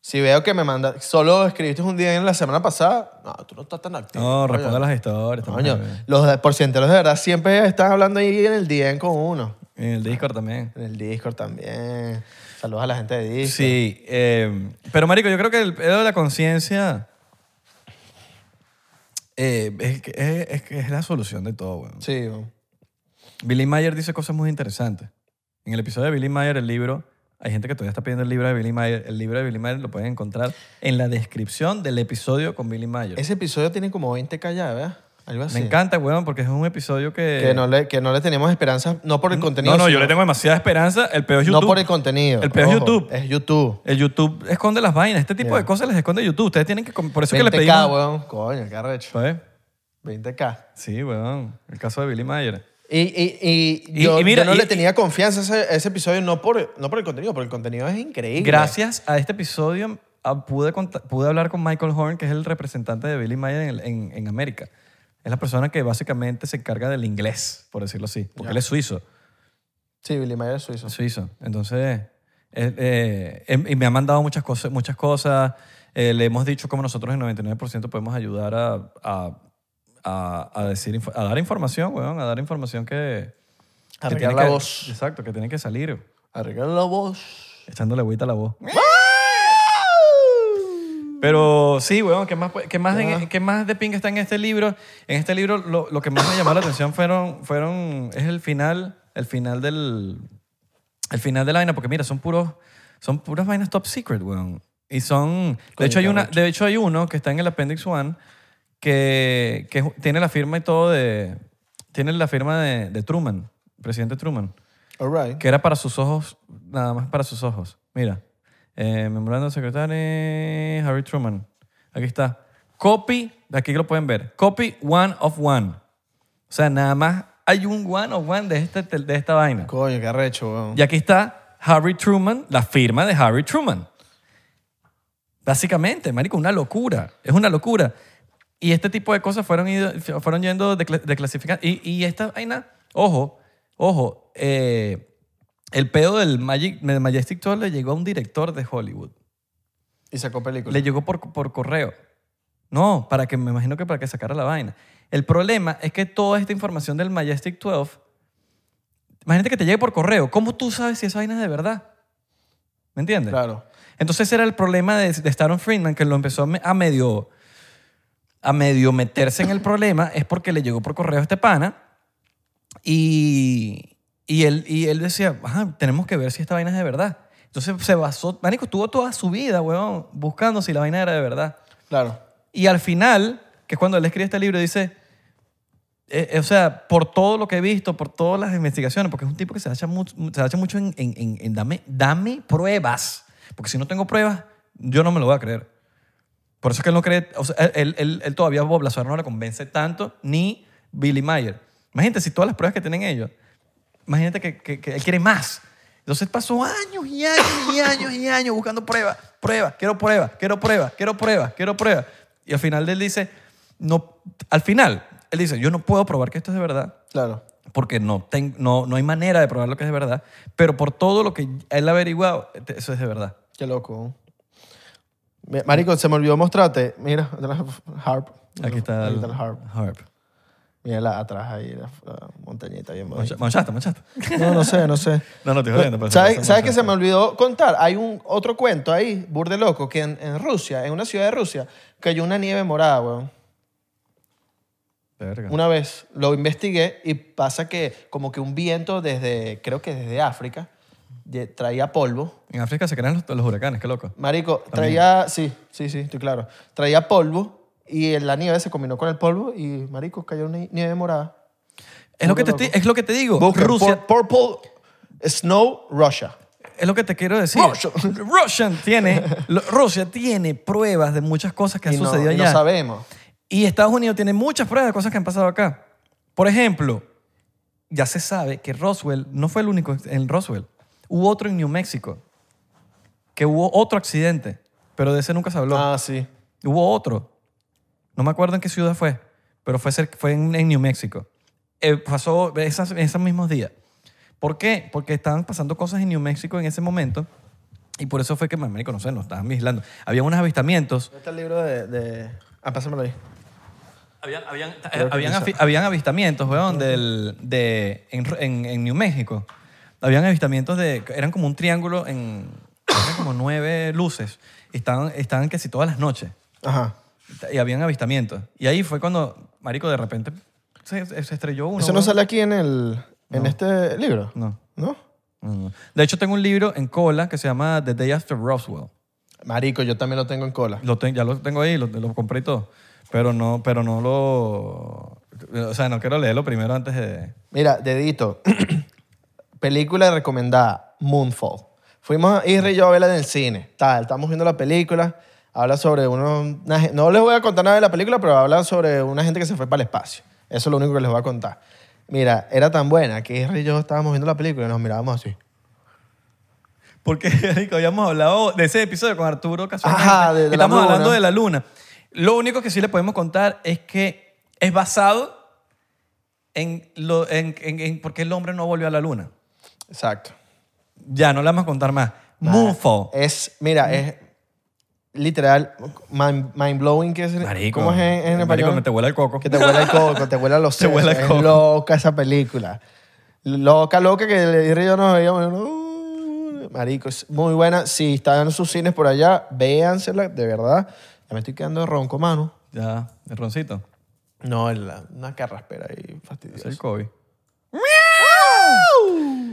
S1: Si veo que me manda, solo escribiste un DM la semana pasada, no, tú no estás tan activo.
S2: no,
S1: coño.
S2: responde a las historias. estamos
S1: Coño,
S2: ahí.
S1: los de- porcienteros de verdad siempre están hablando ahí en el DM con uno.
S2: En el Discord también.
S1: En el Discord también. Saludos a la gente de Discord.
S2: Sí, eh, pero marico, yo creo que el pedo de la conciencia eh, es, que- es- es que es la solución de todo, weón.
S1: Sí, weón.
S2: Billy Mayer dice cosas muy interesantes. En el episodio de Billy Mayer, el libro, hay gente que todavía está pidiendo el libro de Billy Mayer. El libro de Billy Mayer lo pueden encontrar en la descripción del episodio con Billy Mayer.
S1: Ese episodio tiene como 20k ya, ¿verdad? Algo así.
S2: Me encanta, weón, porque es un episodio que...
S1: Que no le, que no le tenemos esperanzas, no por el contenido.
S2: No, no, yo
S1: sino-
S2: le tengo demasiada esperanza. El peor es
S1: No
S2: YouTube.
S1: por el contenido.
S2: El peor es
S1: ojo,
S2: YouTube.
S1: Es YouTube.
S2: El YouTube esconde las vainas. Este tipo
S1: Ya.
S2: de cosas las esconde YouTube. Ustedes tienen que... com- Por eso es que le
S1: 20k,
S2: pedimos...
S1: weón. Coño, qué arrecho.
S2: ¿Sabes?
S1: 20k.
S2: Sí, weón. El caso de Billy Mayer.
S1: Y, y, y,
S2: Y-
S1: yo,
S2: y mira,
S1: yo no
S2: y-
S1: le
S2: y-
S1: tenía confianza a ese, a ese episodio, no por, no por el contenido, porque el contenido es increíble.
S2: Gracias a este episodio ah, pude, conta- pude hablar con Michael Horn, que es el representante de Billy Mayer en, el- en- en América. Es la persona que básicamente se encarga del inglés, por decirlo así, porque
S1: Ya.
S2: él es suizo.
S1: Sí, Billy Mayer es suizo.
S2: es Suizo. Entonces, eh, eh, em- y me ha mandado muchas cosas. Muchas cosas. Eh, le hemos dicho cómo nosotros el 99% podemos ayudar a, a, a- a decir, info- a dar información, weón, a dar información que... que
S1: Arreglar
S2: tiene
S1: la
S2: que-
S1: voz.
S2: Exacto, que tiene que salir.
S1: Arreglar la voz.
S2: Echándole agüita a la voz. Pero sí, weón, ¿qué más, pu- qué más, en-
S1: Ya.
S2: qué más de ping está en este libro? En este libro lo, lo que más me llamó la atención fueron, fueron, es el final, el final del, el final de la vaina, porque mira, son puros, son puras vainas top secret, weón. Y son, de hecho hay una, de hecho hay uno que está en el appendix one que, que ju- tiene la firma y todo de, tiene la firma de, de Truman, presidente Truman
S1: All right.
S2: que era para sus ojos, nada más para sus ojos. Mira, eh, memorando del secretario Harry Truman. Aquí está. Copy, de aquí lo pueden ver. Copy one of one. O sea, nada más hay un one of one de, este, de esta vaina.
S1: Coño, qué arrecho, weón.
S2: Y aquí está Harry Truman, la firma de Harry Truman. Básicamente, marico, una locura. Es una locura. Y este tipo de cosas fueron, ido- fueron yendo de, cla- de clasificar. Y, y esta vaina, ojo, ojo, eh, el pedo del, Magic, del Majestic Tour le llegó a un director de Hollywood.
S1: Y sacó película.
S2: Le llegó por, por correo. No, para que me imagino que para que sacara la vaina. El problema es que toda esta información del Majestic 12, imagínate que te llegue por correo. ¿Cómo tú sabes si esa vaina es de verdad? ¿Me entiendes?
S1: Claro.
S2: Entonces ese era el problema de, de Staron Friedman, que lo empezó a, me- a medio a medio meterse en el problema, es porque le llegó por correo a este pana y, y, él, y él decía, "Ajá, tenemos que ver si esta vaina es de verdad. Entonces se basó, Manico estuvo toda su vida, weón, buscando si la vaina era de verdad.
S1: Claro.
S2: Y al final, que es cuando él escribe este libro, dice, eh, eh, o sea, por todo lo que he visto, por todas las investigaciones, porque es un tipo que se hacha mucho, se hacha mucho en, en- en- en dame, dame pruebas, porque si no tengo pruebas, yo no me lo voy a creer. Por eso es que él no cree, o sea, él, él- él todavía Bob Lazar no la convence tanto, ni Billy Mayer. Imagínate si todas las pruebas que tienen ellos, imagínate que, que- que él quiere más. Entonces pasó años y años y años y años buscando pruebas, pruebas, quiero pruebas, quiero pruebas, quiero pruebas, quiero pruebas. Y al final él dice, no, al final, él dice, yo no puedo probar que esto es de verdad
S1: Claro.
S2: porque no, ten- no, no hay manera de probar lo que es de verdad, pero por todo lo que él ha averiguado, te- eso es de verdad.
S1: Qué loco. weón. Mi- Marico, se me olvidó mostrarte. Mira, atrás, harp.
S2: Aquí está,
S1: Aquí
S2: el
S1: el harp.
S2: harp.
S1: Mira la- atrás ahí, la, la montañita bien bonita.
S2: Mancha- Manchaste, manchaste.
S1: No, no sé, no sé.
S2: No, pues, no, te estoy jodiendo, pero
S1: ¿Sabes,
S2: se- se
S1: ¿sabes qué
S2: manchaste.
S1: se me olvidó contar? Hay un otro cuento ahí, burde loco, que en, en Rusia, en una ciudad de Rusia, cayó una nieve morada, weón.
S2: Verga.
S1: Una vez lo investigué y pasa que como que un viento desde, creo que desde África, de- traía polvo.
S2: En África se crean los, los huracanes, qué loco.
S1: Marico, traía, sí, sí, sí, estoy claro. Traía polvo y la nieve se combinó con el polvo y, marico, cayó una nieve morada.
S2: Es lo, que te,
S1: loco.
S2: estoy- es lo que te digo.
S1: Busca
S2: Rusia,
S1: Pur- Purple Snow Russia.
S2: es lo que te quiero decir.
S1: Russian.
S2: Russian tiene, lo- Rusia tiene pruebas de muchas cosas que han
S1: y no,
S2: sucedido
S1: y
S2: allá.
S1: no sabemos.
S2: Y Estados Unidos tiene muchas pruebas de cosas que han pasado acá. Por ejemplo, ya se sabe que Roswell no fue el único en Roswell. Hubo otro en New Mexico, que hubo otro accidente, pero de ese nunca se habló.
S1: Ah, sí.
S2: Hubo otro. No me acuerdo en qué ciudad fue, pero fue, cerca- fue en, en New Mexico. Eh, pasó esas- esos mismos días. ¿Por qué? Porque estaban pasando cosas en New Mexico en ese momento y por eso fue que, man, marico, no sé, nos estaban vigilando. Había unos avistamientos.
S1: ¿Dónde está el libro de...? de... Ah, pásamelo ahí.
S2: Habían, habían,
S1: Creo que
S2: habían
S1: no
S2: afi- habían avistamientos, weón, del, de, en, en, en New México. Habían avistamientos de... Eran como un triángulo en... Eran como nueve luces. Y estaban, estaban casi todas las noches.
S1: Ajá.
S2: Y habían avistamientos. Y ahí fue cuando, marico, de repente se, se estrelló uno.
S1: ¿Eso no
S2: weón.
S1: sale aquí en, el, en este libro?
S2: No.
S1: ¿No?
S2: No, no. De hecho, tengo un libro en cola que se llama The Day After Roswell.
S1: Marico, yo también lo tengo en cola.
S2: Lo ten- ya lo tengo ahí, lo, lo compré y todo. Pero no, pero no lo... O sea, no quiero leerlo primero antes de...
S1: Mira, dedito. película recomendada, Moonfall. Fuimos Isra y yo a verla en el cine. Tal, estamos viendo la película. Habla sobre uno... una gen- no les voy a contar nada de la película, pero habla sobre una gente que se fue para el espacio. Eso es lo único que les voy a contar. Mira, era tan buena que Isra y yo estábamos viendo la película y nos mirábamos así.
S2: Porque marico, habíamos hablado de ese episodio con Arturo casualmente.
S1: Ajá, de- de la
S2: Estamos
S1: luna.
S2: hablando de la luna. Lo único que sí le podemos contar es que es basado en, lo, en, en- en por qué el hombre no volvió a la luna.
S1: Exacto.
S2: Ya, no le vamos a contar más. Moonfall.
S1: Es, mira, es literal mind, mind blowing que es
S2: Marico.
S1: ¿cómo es en, en
S2: Marico,
S1: español?
S2: me te huele el coco.
S1: que te huele el coco, te huele los
S2: Te
S1: sesos.
S2: huele el
S1: Es
S2: coco.
S1: loca esa película. Loca, loca que el Irri y yo nos veíamos. "Uh, Marico, es muy buena. Si están en sus cines por allá, véansela, de verdad. Ya me estoy quedando ronco, mano.
S2: Ya, el roncito.
S1: No, el- la- una carraspera ahí
S2: Es
S1: fastidiosa.
S2: el COVID.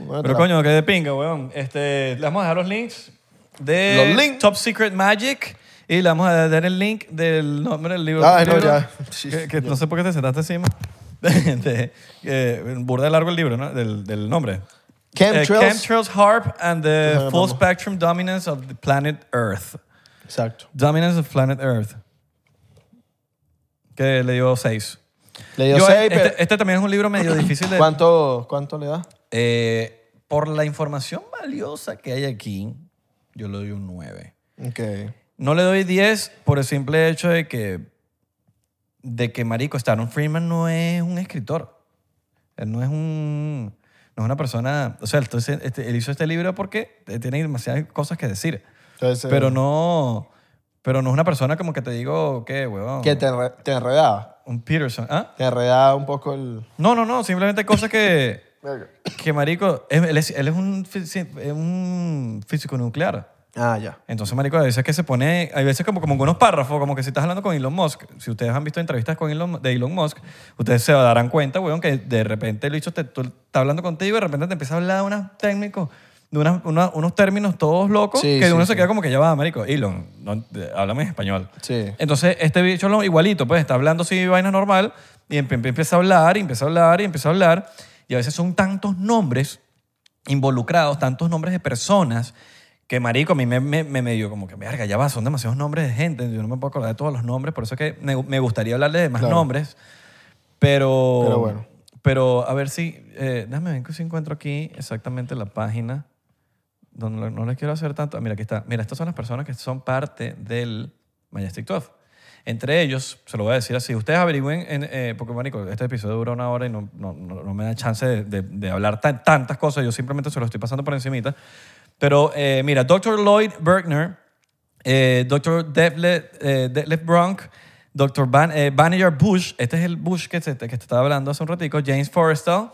S1: Bueno,
S2: Pero
S1: tra-
S2: coño, que de pinga, weón. Este, le vamos a dejar los links de
S1: Los links.
S2: Top Secret Magic y le vamos a dar el link del nombre del libro.
S1: Ay, Ah, no,
S2: libro,
S1: ya.
S2: que- que no sé por qué te sentaste encima. De, de- eh, burda de largo el libro, ¿no? Del, del nombre.
S1: Chemtrails.
S2: Eh, Chemtrails Harp and
S1: Ajá,
S2: the Full
S1: vamos.
S2: Spectrum Dominance of the Planet Earth.
S1: Exacto.
S2: Dominance of Planet Earth. Que le dio 6.
S1: Le dio seis,
S2: este,
S1: pero-
S2: este también es un libro medio difícil de,
S1: ¿Cuánto, ¿Cuánto le da?
S2: eh, por la información valiosa que hay aquí, yo le doy un 9.
S1: Ok.
S2: No le doy 10 por el simple hecho de que, de que Marico Stanton Freeman no es un escritor. Él no es un... No es una persona... O sea, entonces, este, él hizo este libro porque tiene demasiadas cosas que decir.
S1: Entonces, eh,
S2: Pero no... Pero no es una persona como que te digo, ¿qué, huevón?
S1: Que te, enre- te enredaba.
S2: Un Peterson. ¿Ah?
S1: Te enredaba un poco el.
S2: No, no, no. Simplemente cosas que... Que marico, es- él es, él es un, fisi- es un físico nuclear.
S1: Ah, ya.
S2: Entonces, marico, a veces que se pone, hay veces como, como con unos párrafos, como que si estás hablando con Elon Musk, si ustedes han visto entrevistas con Elon, de Elon Musk, ustedes se darán cuenta, weón, que de repente el bicho te, tú- está hablando contigo y de repente te empieza a hablar de unos técnicos, de unas- una- unos términos todos locos,
S1: Sí,
S2: que
S1: sí,
S2: uno se
S1: sí.
S2: queda como que ya va, marico, Elon, no, de- háblame en español.
S1: Sí.
S2: Entonces, este bicho lo igualito, pues está hablando así vaina normal y em- em- empieza a hablar, y empieza a hablar, y empieza a hablar. Y a veces son tantos nombres involucrados, tantos nombres de personas que, marico, a mí me, me, me dio como que, verga, ya va, son demasiados nombres de gente. Yo no me puedo acordar de todos los nombres, por eso es que me, me gustaría hablarles de más
S1: Claro.
S2: nombres. Pero...
S1: Pero bueno.
S2: Pero a ver si... eh, déjame ver si encuentro aquí exactamente la página donde no- no les quiero hacer tanto. Mira, aquí está. Mira, estas son las personas que son parte del Majestic 12. Entre ellos, se lo voy a decir así, ustedes averigüen, en, eh, porque marico, este episodio dura una hora y no, no- no- no me da chance de, de- de hablar tan- tantas cosas, yo simplemente se lo estoy pasando por encimita. Pero eh, mira, Dr. Lloyd Bergner, eh, Dr. Detlef, eh, Detlef Bronk, Dr. Van, eh, Vannevar Bush, este es el Bush que, se- que te estaba hablando hace un ratico, James Forrestal,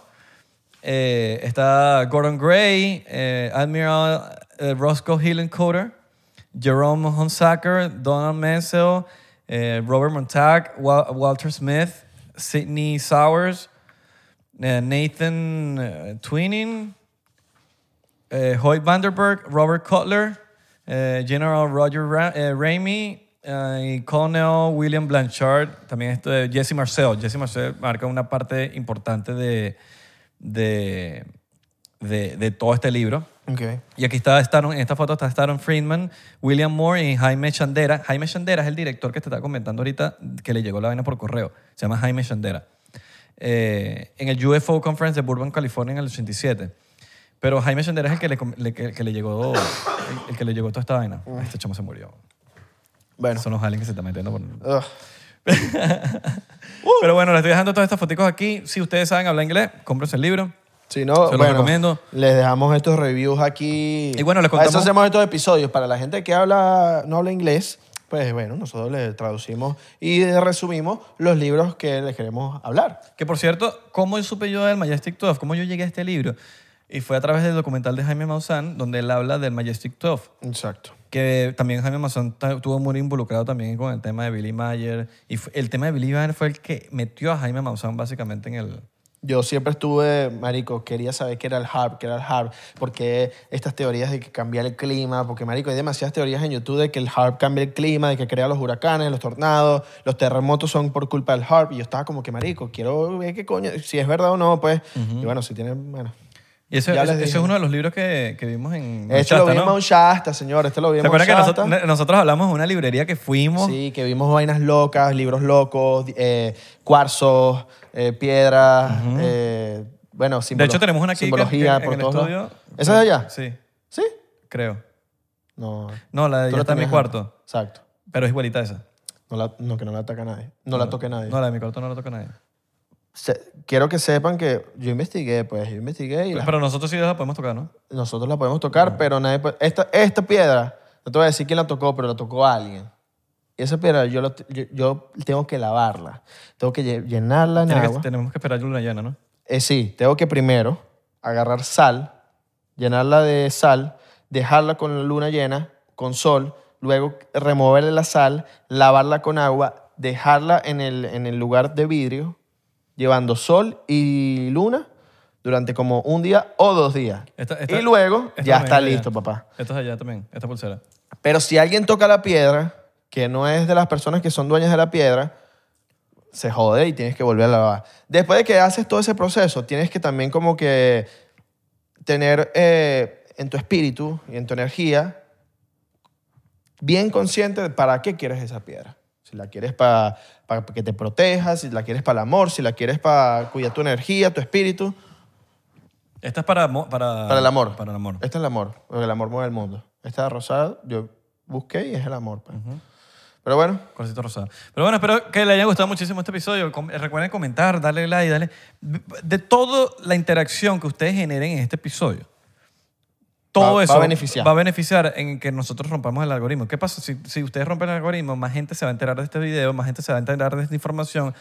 S2: eh, está Gordon Gray, eh, Admiral eh, Roscoe Hill Coder, Jerome Honsacker, Donald Menzel, eh, Robert Montag, Wa- Walter Smith, Sidney Sowers, eh, Nathan eh, Twining, eh, Hoyt Vanderberg, Robert Cutler, eh, General Roger Ra- eh, Ramey, eh, y Colonel William Blanchard, también esto de Jesse Marcel. Jesse Marcel marca una parte importante de, de, de, de todo este libro.
S1: Ok.
S2: Y aquí está Staron, en esta foto está Staron Friedman, William Moore y Jaime Chandera. Jaime Chandera es el director que te estaba comentando ahorita que le llegó la vaina por correo. Se llama Jaime Chandera. eh, en el UFO Conference de Burbank, California en el 87. Pero Jaime Sender es el que le, com- le- que- que le llegó, el, el que le llegó toda esta vaina. Este chamo se murió.
S1: Bueno.
S2: Son los aliens que se están metiendo por...
S1: Ugh.
S2: Pero bueno, les estoy dejando todas estas fotos aquí. Si ustedes saben hablar inglés, cómprense el libro.
S1: Si no,
S2: Se los
S1: bueno,
S2: recomiendo.
S1: les dejamos estos reviews aquí.
S2: Y bueno, les
S1: Para
S2: contamos-
S1: eso hacemos estos episodios. Para la gente que habla, no habla inglés, pues bueno, nosotros les traducimos y resumimos los libros que les queremos hablar.
S2: Que por cierto, ¿cómo supe yo del Majestic 12? ¿Cómo yo llegué a este libro? Y fue a través del documental de Jaime Maussan, donde él habla del Majestic 12.
S1: Exacto.
S2: Que también Jaime Maussan ta- estuvo muy involucrado también con el tema de Billy Mayer. Y fu- el tema de Billy Mayer fue el que metió a Jaime Maussan básicamente en el...
S1: Yo siempre estuve, marico, quería saber qué era el harp, qué era el harp, porque estas teorías de que cambiar el clima, porque marico, hay demasiadas teorías en YouTube de que el harp cambia el clima, de que crea los huracanes, los tornados, los terremotos son por culpa del harp, y yo estaba como que, marico, quiero ver qué coño, si es verdad o no, pues, y bueno, si tienen, bueno.
S2: Y eso,
S1: Ya les
S2: eso- eso
S1: dije.
S2: es uno de los libros que, que vimos en...
S1: Este lo
S2: Shasta,
S1: vimos
S2: ¿no?
S1: en un Shasta, señor, este lo
S2: ¿Te
S1: vimos en
S2: acuerdas que
S1: Shasta.
S2: nosotros, ne- nosotros hablamos de una librería que fuimos?
S1: Sí, que vimos vainas locas, libros locos, eh, cuarzos, eh, piedras, eh, bueno,
S2: de
S1: simbolo-
S2: hecho, tenemos una aquí que-
S1: simbología
S2: que-
S1: por
S2: en el
S1: todos lados.
S2: estudio.
S1: ¿Esa es de allá?
S2: Sí,
S1: ¿Sí?
S2: creo.
S1: No.
S2: No, la de
S1: Tú
S2: ella
S1: la
S2: está en mi
S1: tenías
S2: cuarto,
S1: antes. Exacto.
S2: pero es igualita a esa.
S1: No, la- no, que no la toque nadie. No, la toque nadie.
S2: No, la de mi cuarto no la toca nadie.
S1: Se- quiero que sepan que yo investigué, pues, yo investigué y la-
S2: Pero nosotros sí la podemos tocar, ¿no?
S1: nosotros la podemos tocar, pero nadie puede- Esta, esta piedra, no te voy a decir quién la tocó, pero la tocó alguien. Y esa piedra yo, la- yo, yo tengo que lavarla. Tengo que lle- llenarla en
S2: Tiene que-
S1: agua.
S2: tenemos que esperar luna llena, ¿no?
S1: Eh, sí, tengo que primero agarrar sal, llenarla de sal, dejarla con la luna llena, con sol, luego removerle la sal, lavarla con agua, dejarla en el, en el lugar de vidrio, llevando sol y luna durante como un día o dos días.
S2: Esta- esta-
S1: y luego
S2: esta
S1: ya
S2: también
S1: está
S2: es de allá.
S1: listo, papá.
S2: Esta es allá también, esta pulsera.
S1: Pero si alguien toca la piedra, que no es de las personas que son dueñas de la piedra, se jode y tienes que volver a lavar. Después de que haces todo ese proceso, tienes que también como que tener eh, en tu espíritu y en tu energía bien consciente de para qué quieres esa piedra. Si la quieres para que te proteja, si la quieres para el amor, si la quieres para cuidar tu energía, tu espíritu.
S2: Esta es para, mo- para,
S1: Para el amor.
S2: Para el amor.
S1: Este es el amor, porque el amor mueve el mundo. Esta rosada yo busqué y es el amor. pues. Pero bueno,
S2: Corcito rosado. Pero bueno, espero que les haya gustado muchísimo este episodio. Com- Recuerden comentar, darle like, darle... De toda la interacción que ustedes generen en este episodio, todo
S1: Va- va
S2: eso
S1: a beneficiar.
S2: va a beneficiar en que nosotros rompamos el algoritmo. ¿Qué pasa? Si, si ustedes rompen el algoritmo, más gente se va a enterar de este video, más gente se va a enterar de esta información.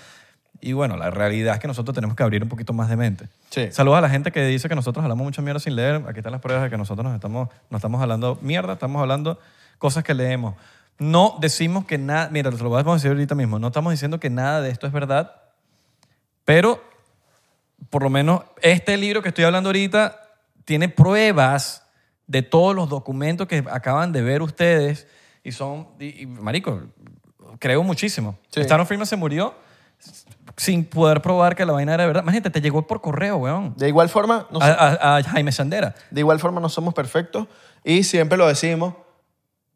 S2: Y bueno, la realidad es que nosotros tenemos que abrir un poquito más de mente.
S1: Sí.
S2: Saludos a la gente que dice que nosotros hablamos mucha mierda sin leer. Aquí están las pruebas de que nosotros nos estamos, no estamos hablando mierda, estamos hablando cosas que leemos. No decimos que nada, mira, te lo vamos a decir ahorita mismo, no estamos diciendo que nada de esto es verdad, pero por lo menos este libro que estoy hablando ahorita tiene pruebas de todos los documentos que acaban de ver ustedes y son, y, y, marico, creo muchísimo.
S1: Sí.
S2: Staron Firma se murió sin poder probar que la vaina era verdad. Imagínate, te llegó por correo, weón.
S1: De igual forma, no,
S2: A, a- a Jaime Sandera.
S1: de igual forma no somos perfectos y siempre lo decimos.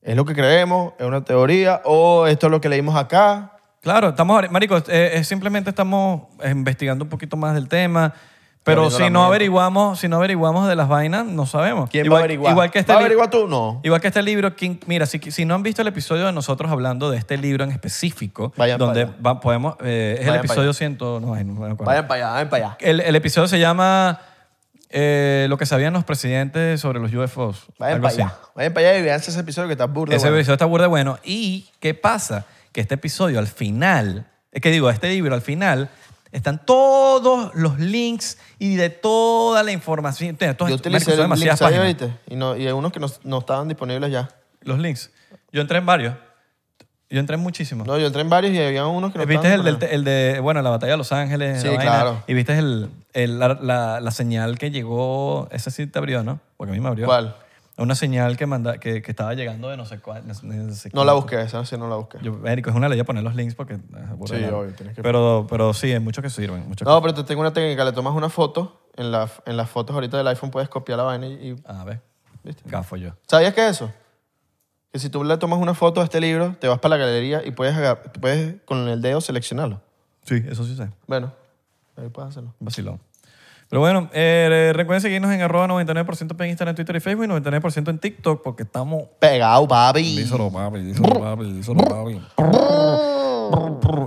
S1: Es lo que creemos, es una teoría o esto es lo que leímos acá.
S2: Claro, estamos, ahora- marico, eh, eh, simplemente estamos investigando un poquito más del tema, pero
S1: Abriendo
S2: si
S1: la
S2: no
S1: mente.
S2: averiguamos, si no averiguamos de las vainas, no sabemos.
S1: ¿Quién va
S2: Igual-
S1: a averiguar?
S2: Igual que este
S1: ¿Va a
S2: li-
S1: averiguar tú? No.
S2: Igual que este libro, King- mira, si, si no han visto el episodio de nosotros hablando de este libro en específico,
S1: Vayan pa'
S2: donde
S1: allá.
S2: va- podemos, eh, es
S1: Vayan
S2: el
S1: pa'
S2: episodio 100, no, ay, no me acuerdo.
S1: Vayan para allá, vayan para allá.
S2: El, el episodio se llama eh, Lo que sabían los presidentes sobre los UFOs.
S1: Vayan
S2: algo
S1: para
S2: así.
S1: allá. Vayan para allá y vean ese episodio que está burdo.
S2: Ese
S1: bueno.
S2: episodio está burda bueno. ¿Y qué pasa? Que este episodio al final, es que digo, este libro al final, están todos los links y de toda la información. Tienes todas-
S1: Yo
S2: marico,
S1: utilicé
S2: son
S1: el
S2: demasiadas
S1: links ahí
S2: páginas.
S1: ahorita y, no, y hay unos que no, no estaban disponibles ya.
S2: Los links. Yo entré en varios. Yo entré en muchísimos.
S1: No, yo entré en varios y había unos que no
S2: ¿Viste
S1: estaban
S2: el, del-
S1: disponibles.
S2: el de, bueno, la batalla de Los Ángeles?
S1: Sí,
S2: la vaina?
S1: claro.
S2: Y viste el, el- la, la- la señal que llegó, esa sí te abrió, ¿no? Porque a mí me abrió.
S1: ¿Cuál?
S2: Una señal que, manda, que, que estaba llegando de no sé cuál. No, sé- no sé
S1: No la
S2: cuánto.
S1: busqué, esa sí no la busqué.
S2: Yo, Érico, es una ley poner los links porque... ah, burda
S1: Sí,
S2: de largo.
S1: obvio, tienes que-
S2: pero, pero sí, hay muchos que sirven. Muchos
S1: No, pero te tengo una técnica. Le tomas una foto. En, la, en las fotos ahorita del iPhone puedes copiar la vaina y- y
S2: que- a ver,
S1: ¿Viste?
S2: gafo yo.
S1: ¿Sabías que eso? Que si tú le tomas una foto a este libro, te vas para la galería y puedes, agar- puedes con el dedo seleccionarlo.
S2: Sí, eso sí sé.
S1: Bueno, Ahí pásalo.
S2: Vacilón. Pero bueno, eh, recuerden seguirnos en arroba 99% en Instagram, Twitter y Facebook y 99% en TikTok porque estamos...
S1: Pegado, papi.
S2: Díselo, papi, díselo, papi, díselo, papi.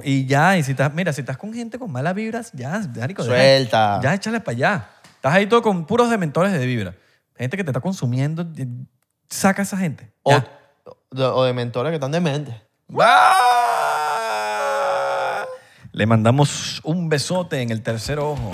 S2: Y ya, y si estás, mira, si estás con gente con malas vibras, ya, Darico, deja-
S1: Suelta.
S2: Ya, échale para allá. Estás ahí todo con puros dementores de vibra. Gente que te está consumiendo, y- saca a esa gente.
S1: O,
S2: Ya.
S1: de, o de mentores que están dementes.
S2: ¡Ah! Le mandamos un besote en el tercer ojo.